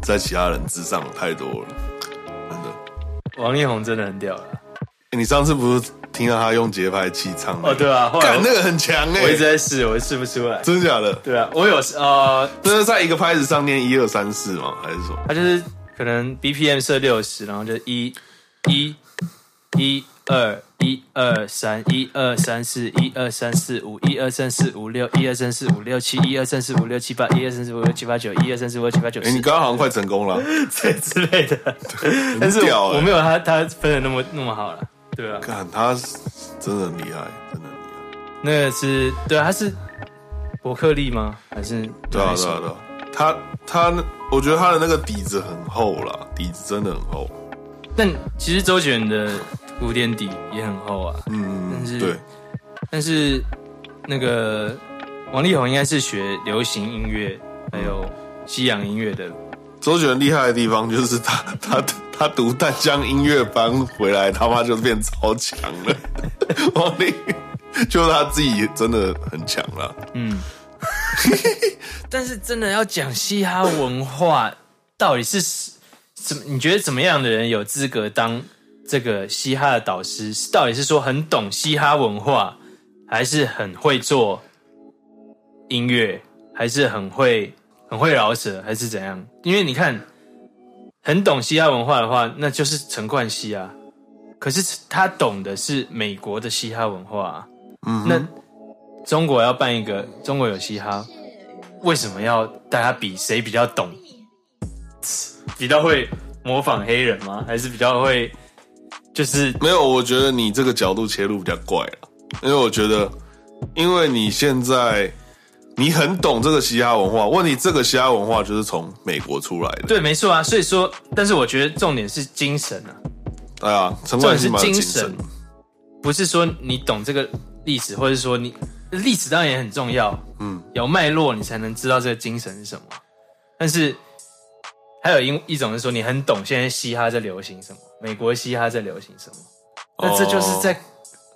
S2: 在其他人之上太多了。真的，
S1: 王力宏真的很屌啊了。
S2: 诶你上次不是听到他用节拍器唱
S1: 哦，
S2: 那个？
S1: 对啊，后来
S2: 干
S1: 我,、
S2: 那个很强哎、
S1: 我一直在试，我试不出来。
S2: 真的假的？
S1: 对啊，我有呃，
S2: 这是在一个拍子上念一二三四吗？还是什么？
S1: 他就是可能 BPM 设六十，然后就一一一二一二三一二三四一二三四五一二三四五六一二三四五六七一二三四五六七八一二三四五六七八九一二三四五六七八九
S2: 哎、你
S1: 十
S2: 刚刚好像快成功了。啊
S1: 这之类的，
S2: (laughs)
S1: 但是
S2: 屌
S1: 我,、
S2: 欸
S1: 我没有他他分的那么那么好了，对啊吧、
S2: 看他是真的很厉害，真的很厉害。
S1: 那个是对啊，他是伯克利吗？还是
S2: 对啊，
S1: 哪一
S2: 对
S1: 首
S2: 啊，对啊。他他那，我觉得他的那个底子很厚啦，底子真的很厚。
S1: 但其实周杰伦的古典底也很厚啊，
S2: 嗯
S1: 但，是
S2: 对，
S1: 但是那个王力宏应该是学流行音乐还有西洋音乐的，
S2: 周杰伦厉害的地方就是他 (laughs) 他他读淡江音乐班回来，他妈就变超强
S1: (laughs)
S2: 了。王力就他自己真的很强啦。
S1: 嗯。但是真的要讲嘻哈文化，到底是怎么？你觉得怎么样的人有资格当这个嘻哈的导师？到底是说很懂嘻哈文化，还是很会做音乐，还是很会很会饶舌，还是怎样？因为你看，很懂嘻哈文化的话，那就是陈冠希啊。可是他懂的是美国的嘻哈文化、啊，嗯，那中国要办一个中国有嘻哈，为什么要大家比谁比较懂？比较会模仿黑人吗？还是比较会就是
S2: 没有，我觉得你这个角度切入比较怪了，因为我觉得，因为你现在你很懂这个嘻哈文化，问题这个嘻哈文化就是从美国出来的，
S1: 对，没错啊。所以说，但是我觉得重点是精神啊，
S2: 对啊，陈
S1: 重
S2: 冠
S1: 点
S2: 希
S1: 是
S2: 蛮有
S1: 精
S2: 精
S1: 神
S2: 神，，
S1: 不是说你懂这个历史，或者说你历史当然也很重要，嗯，有脉络你才能知道这个精神是什么。但是还有一一种是说你很懂现在嘻哈在流行什么，美国嘻哈在流行什么，那这就是
S2: 哦
S1: 在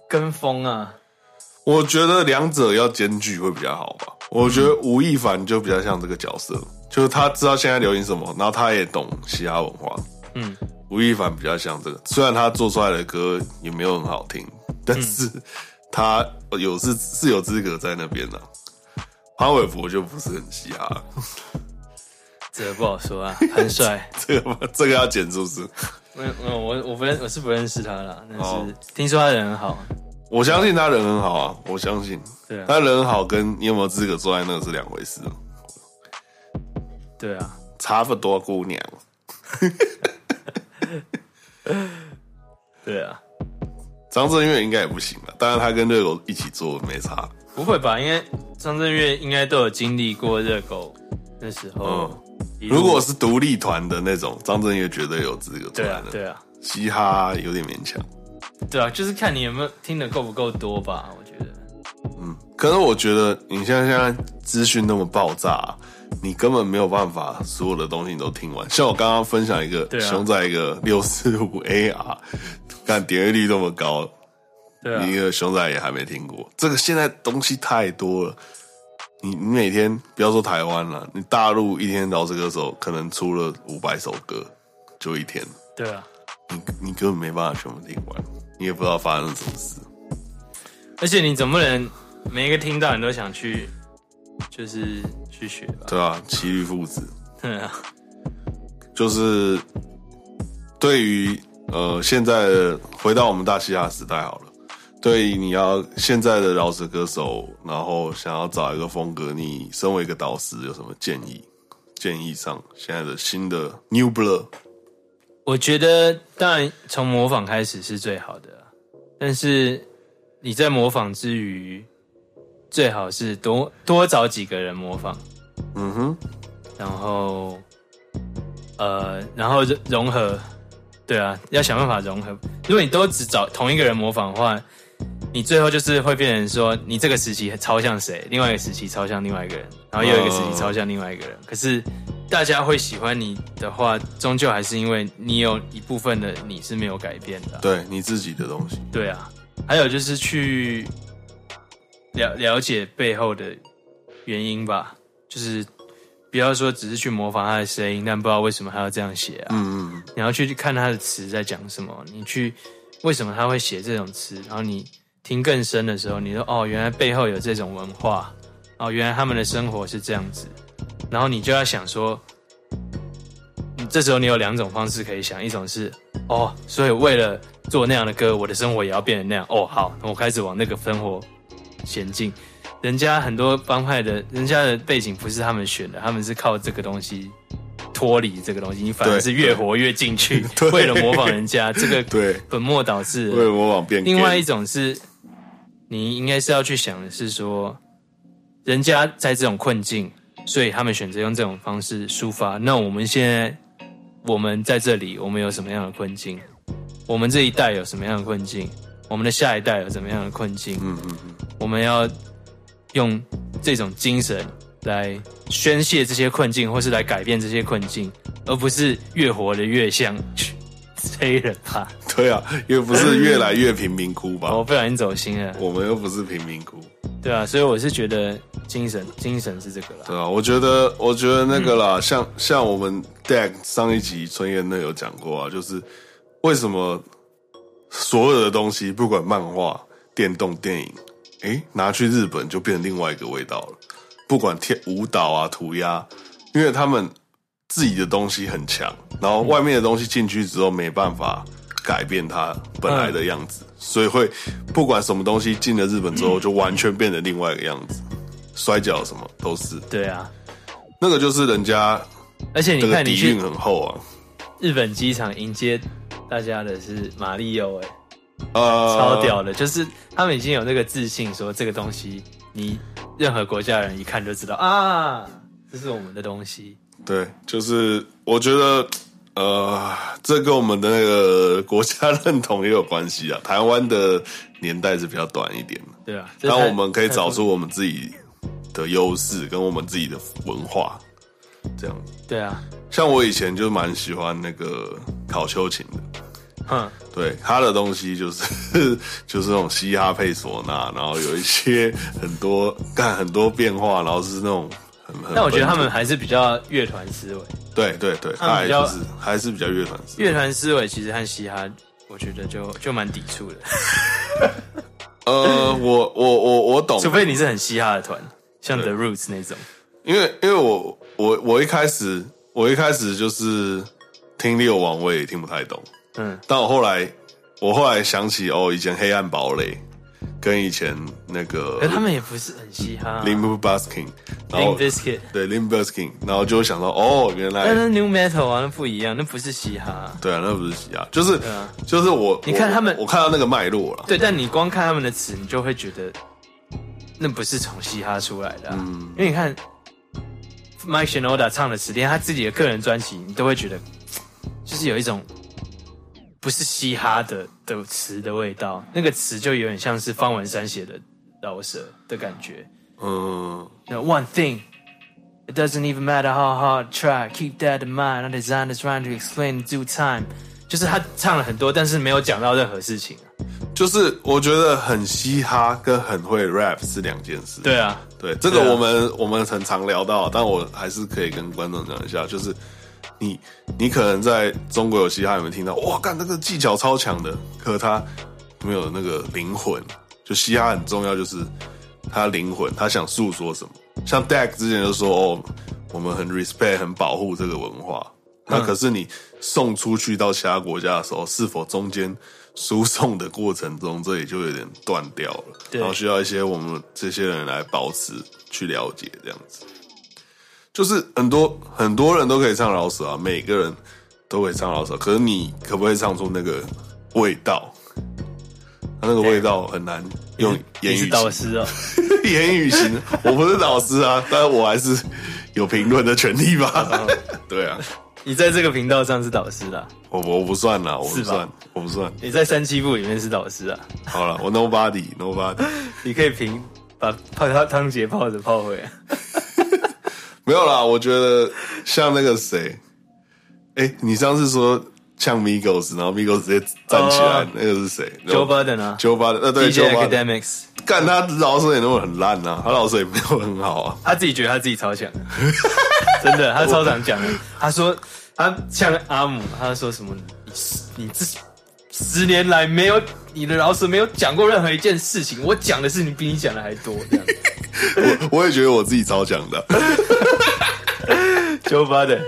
S1: 跟风啊。
S2: 我觉得两者要兼具会比较好吧。我觉得吴亦凡就比较像这个角色，就是他知道现在流行什么，然后他也懂嘻哈文化。
S1: 嗯，
S2: 吴亦凡比较像这个，虽然他做出来的歌也没有很好听，但是
S1: 嗯
S2: 他有是是有资格在那边的、潘玮柏就不是很嘻哈， (laughs)
S1: 这个不好说啊， (laughs) 很帅。
S2: 这个这个要剪是不是？
S1: 没有没有，我我不认我是不认识他啦，但是、
S2: 哦
S1: 听说他人很好。
S2: 我相信他人很好啊，我相信
S1: 对啊
S2: 他人很好，跟你有没有资格坐在那是两回事，
S1: 对啊，
S2: 差不多姑娘。
S1: 对啊，
S2: 张震岳应该也不行了，当然他跟热狗一起做没差。
S1: 不会吧？应该张震岳应该都有经历过热狗那时候
S2: 嗯。
S1: 一路
S2: 如果是独立团的那种，张震岳绝对有资格做
S1: 对
S2: 来
S1: 啊
S2: 的。
S1: 对啊，
S2: 嘻哈有点勉强，
S1: 对啊，就是看你有没有听的够不够多吧，我觉得。
S2: 可是我觉得你像现在资讯那么爆炸，你根本没有办法所有的东西你都听完。像我刚刚分享一个
S1: 对啊
S2: 熊仔一个六四五 AR，看点阅率那么高，
S1: 对啊
S2: 你一，个熊仔也还没听过。这个现在东西太多了，你你每天不要说台湾了，你大陆一天饶舌歌手可能出了五百首歌，就一天，
S1: 对啊，
S2: 你你根本没办法全部听完，你也不知道发生了什么事。
S1: 而且你总不能每一个听到你都想去，就是去学吧？
S2: 对啊，骑驴父子。
S1: 对啊，
S2: 就是对于呃现在的回到我们大西亚时代好了，对于你要现在的饶舌歌手，然后想要找一个风格，你身为一个导师有什么建议？建议上现在的新的 New Blur，
S1: 我觉得当然从模仿开始是最好的啊，但是你在模仿之余，最好是多多找几个人模仿，
S2: 嗯哼，
S1: 然后呃，然后融融合，对啊，要想办法融合。如果你都只找同一个人模仿的话，你最后就是会变成说，你这个时期超像谁，另外一个时期超像另外一个人，然后又有一个时期超像另外一个人。可是大家会喜欢你的话，终究还是因为你有一部分的你是没有改变的啊、
S2: 对你自己的东西，
S1: 对啊，还有就是去了了解背后的原因吧，就是不要说只是去模仿他的声音，但不知道为什么他要这样写啊。
S2: 嗯嗯，
S1: 你要去看他的词在讲什么，你去为什么他会写这种词，然后你听更深的时候，你说哦，原来背后有这种文化，哦，原来他们的生活是这样子，然后你就要想说，你这时候你有两种方式可以想，一种是哦，所以为了做那样的歌，我的生活也要变成那样，哦，好，那我开始往那个生活前进。人家很多帮派的，人家的背景不是他们选的，他们是靠这个东西脱离这个东西，你反而
S2: 对
S1: 是越活越进
S2: (laughs)
S1: 去，为了模仿人家，这个
S2: 对
S1: 本末倒置了。
S2: 为了模仿变 gay。
S1: 另外一种是，你应该是要去想的是说，人家在这种困境，所以他们选择用这种方式抒发。那我们现在，我们在这里，我们有什么样的困境？我们这一代有什么样的困境？我们的下一代有什么样的困境？
S2: 嗯嗯嗯，
S1: 我们要用这种精神来宣泄这些困境，或是来改变这些困境，而不是越活得越像 (laughs) 黑人吧。
S2: 对啊，又不是越来越贫民窟吧？
S1: 我不小心走心了。
S2: 我们又不是贫民窟。
S1: 对啊，所以我是觉得精神精神是这个啦。
S2: 对啊，我觉得，我觉得那个啦，像像我们 Dag 上一集春燕那有讲过啊，就是为什么所有的东西，不管漫画、电动、电影，诶，拿去日本就变成另外一个味道了。不管跳舞蹈啊、涂鸦，因为他们自己的东西很强，然后外面的东西进去之后没办法改变它本来的样子，所以会不管什么东西进了日本之后，就完全变成另外一个样子。摔跤什么都是，
S1: 对啊，
S2: 那个就是人家
S1: 而且
S2: 这
S1: 你
S2: 个
S1: 看，你
S2: 底
S1: 去
S2: 蕴很厚啊，
S1: 日本机场迎接大家的是马里奥，哎，
S2: 呃，
S1: 超屌的，就是他们已经有那个自信，说这个东西你任何国家人一看就知道啊，这是我们的东西。
S2: 对，就是我觉得，呃，这跟我们的那个国家认同也有关系啊。 (laughs) 台湾的年代是比较短一点的，
S1: 对啊，这
S2: 但
S1: 才
S2: 我们可以
S1: 才
S2: 找出我们自己的优势跟我们自己的文化，这样。
S1: 对啊，
S2: 像我以前就蛮喜欢那个考秋琴的，
S1: 哼，
S2: 对他的东西就是 (laughs) 就是那种嘻哈配唢呐，然后有一些很多干很多变化，然后是那种很很。
S1: 但我觉得他们还是比较乐团思维，
S2: 对对对，
S1: 他
S2: 他
S1: 们
S2: 还
S1: 比较
S2: 是还是比较乐团式。
S1: 乐团思维其实和嘻哈，我觉得就就蛮抵触的，
S2: 呃，我我我我懂，
S1: 嗯除非你是很嘻哈的团，像 The Roots 那种。
S2: 因为因为我我我一开始我一开始就是听六王，我也听不太懂，
S1: 嗯，
S2: 但我后来我后来想起哦，以前黑暗堡垒跟以前那个
S1: 可他们也不是很嘻哈、啊。
S2: Limp Bizkit，然
S1: Limp
S2: 后
S1: Bizkit
S2: 对 Limp Bizkit，然后就会想到哦，原来
S1: 但是 New Metal 啊，那不一样，那不是嘻哈啊、
S2: 对啊，那不是嘻哈，就是、
S1: 啊
S2: 就是我，
S1: 你看
S2: 我
S1: 他们
S2: 我看到那个脉络了，
S1: 对，但你光看他们的词，你就会觉得那不是从嘻哈出来的、啊。因为你看 Mike Shinoda 唱的词，连他自己的个人专辑，你都会觉得就是有一种不是嘻哈的的词的味道，那个词就有点像是方文山写的饶舌的感觉。
S2: 嗯，
S1: You know, one thing. It doesn't even matter how hard I try, keep that in mind. I designed this rhyme to explain in due time. 就是他唱了很多，但是没有讲到任何事情啊。
S2: 就是我觉得很嘻哈跟很会 rap 是两件事。
S1: 对啊，
S2: 对，这个
S1: 对啊
S2: 我们、我们很常聊到，但我还是可以跟观众讲一下，就是你你可能在中国有嘻哈有没有听到？哇，干那个技巧超强的，可他没有那个灵魂。就嘻哈很重要，就是他灵魂，他想诉说什么。像 Dak 之前就说哦，我们很 respect，很保护这个文化。那可是你送出去到其他国家的时候，是否中间输送的过程中，这里就有点断掉了，
S1: 对
S2: 然后需要一些我们这些人来保持去了解这样子。就是很多很多人都可以唱老舍啊，每个人都可以唱老舍，可是你可不可以唱出那个味道？他那个味道很难用言
S1: 你是
S2: 语
S1: 导
S2: 形
S1: 师哦。
S2: (laughs) 言语型，我不是老师啊，但我还是有评论的权利
S1: (laughs)
S2: 吧？对啊，
S1: 你在这个频道上是导师啦，
S2: 我我不算啦，我不
S1: 是吧
S2: 算，我不算。
S1: (laughs) 你在三七部里面是导师啊，
S2: 好了，我 nobody nobody，
S1: 你可以凭把泡汤汤姐泡着泡回来。
S2: 没有啦。我觉得像那个谁，哎、你上次说像 Migos，然后 Migos 直接站起来
S1: 哦
S2: 那个是谁
S1: Joe Budden 啊
S2: j o e Biden，呃，对
S1: DJ
S2: ，Joe Biden，
S1: Academics，
S2: 干他老师也那么很烂啊，他老师也没有很好啊。
S1: 他自己觉得他自己超强， (laughs) 真的，他超常讲的。他说他像阿姆，他说什么？你十你这十年来没有你的老师没有讲过任何一件事情，我讲的事情比你讲的还多。这样
S2: 我也觉得我自己超强的，
S1: Joe Budden，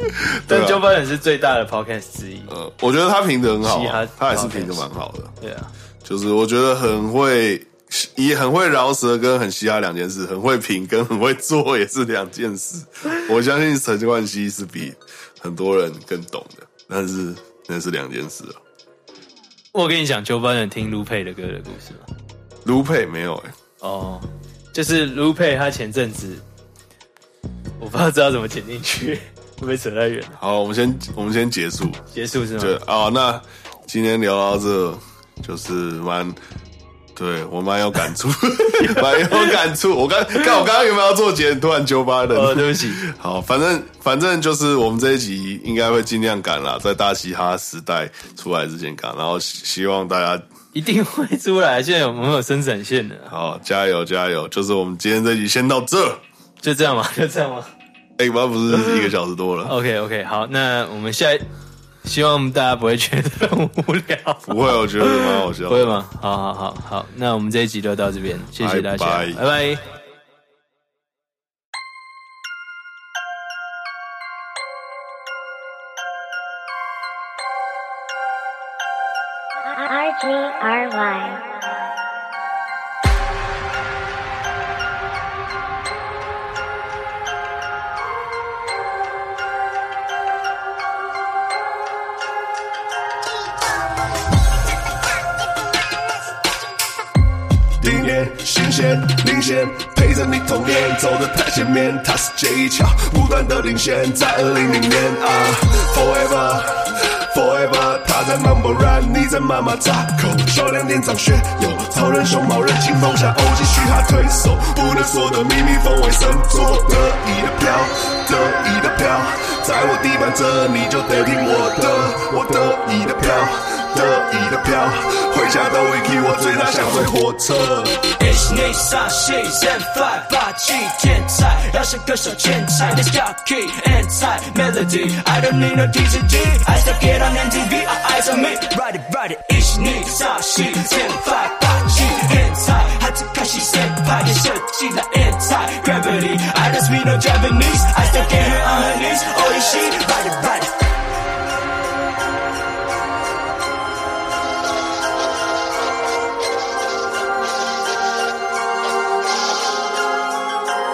S1: 但 Joe Budden 是最大的 podcast 之一。
S2: 呃，我觉得他评的很好
S1: 嘻
S2: 啊、
S1: 哈
S2: 他也是评的蛮好的。
S1: 对啊，
S2: 就是我觉得很会，也很会饶舌跟很嘻哈两件事，很会评跟很会做也是两件事。我相信陈冠希是比很多人更懂的，但是那是两件事啊。
S1: 我跟你讲，Joe Budden 听 Lupe 的歌的故事吗？
S2: 卢佩没有哎、
S1: 哦，就是 Lupe 他前阵子，我不知道知道怎么剪进去， (laughs) 会不会扯太远了？
S2: 好，我们先我们先结束，
S1: 结束是吗？
S2: 对啊、那今天聊到这，就是蛮。对我蛮有感触，蛮有感触。我刚刚我刚刚有没有要做结，突然揪巴人。
S1: 呃，对不起，
S2: 好，反正反正就是我们这一集应该会尽量赶啦，在大嘻哈时代出来之前赶，然后希希望大家
S1: 一定会出来。现在有没有生产线的？
S2: 好加油加油！就是我们今天这集先到这，
S1: 就这样嘛，就这样嘛。
S2: 哎、不不是一个小时多了，
S1: OK OK，好，那我们下一，希望大家不会觉得很无 (laughs) 聊，
S2: 不会，我觉得蛮好笑
S1: 不会
S2: 的。
S1: 吗？好好好好，那我们这一集就到这边，谢谢大家，
S2: 拜拜
S1: 拜拜
S6: RGRY.
S3: Forever, Forever，他在 Mumble Rap，你在妈妈 Taco，少量店长学友，超人熊猫人情风下，偶继续他推手，不能说的秘密风为神作，得意的飘，得意的飘，在我地板这你就得听我的，我得意的飘，得意的飘，回家的 Wiki 我最大想会火车。
S5: H 内上戏，Zen Five 霸气天才，要像歌手天才，Let's go key and type melody，I don't need no TCG，I still get on MTV，our eyes on me，ride it ride it。H 内上戏，Zen Five 霸气天才，还只看戏先拍的设计来 anti-gravity，I don't speak no Japanese，I still get her on her knees，Oh she，ride it ride it。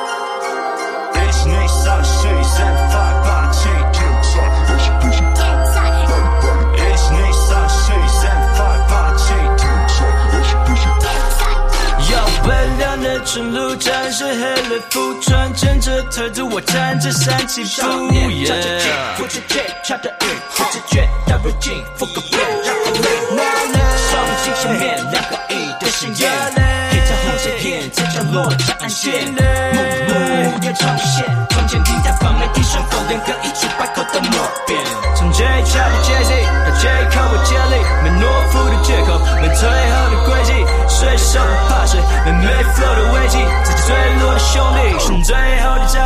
S5: H 内上戏，Zen Five 霸气天才。Ich nicht Sashi, Senpai, Pachi, Yo，微凉的晨露沾湿黑了肤，穿牵着腿子，我缠着三七步。不知觉，插着雨，不知觉，掉入进，复个变，让我累。上街全面，两个亿的盛宴，天降红线片，天降落下暗线，幕幕要重现，从前停在房内地上狗粮跟一出百口的莫变，从 J Trouble J Z 到 J Cole 我接力，没懦夫的借口，没退后的轨迹，水手不怕水，没没 flow 的危机，自己坠落的兄弟，是最后的战役，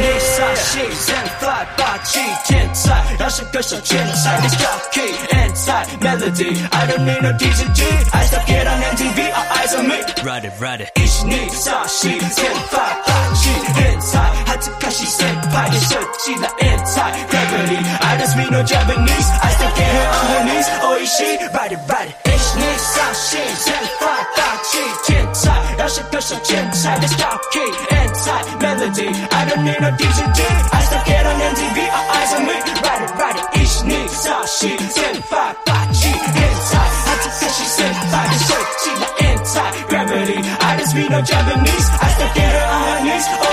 S5: 你傻气，Zen fly 霸气天才，饶舌歌手天才，This got key and side melody, I don't need no TCG, I still get on MTV, all eyes on me, ride it ride it，一起你傻气，Zen fly 霸气天才，孩子开始 Zen 派的设计了 and side gravity, I don't speak no Japanese, I still get her on her knees, oh is she ride it ride it，一起你傻气，Zen fly 霸气天才，饶舌歌手天才，This got key and side melody, I don't need no TCG, I still get on MTV, all eyes on me, ride it ride it，一起你傻气，Zen fly 霸气天才。I just said she said five and shit, she my anti-gravity. I just be no Japanese. I still get her on her knees. Oh,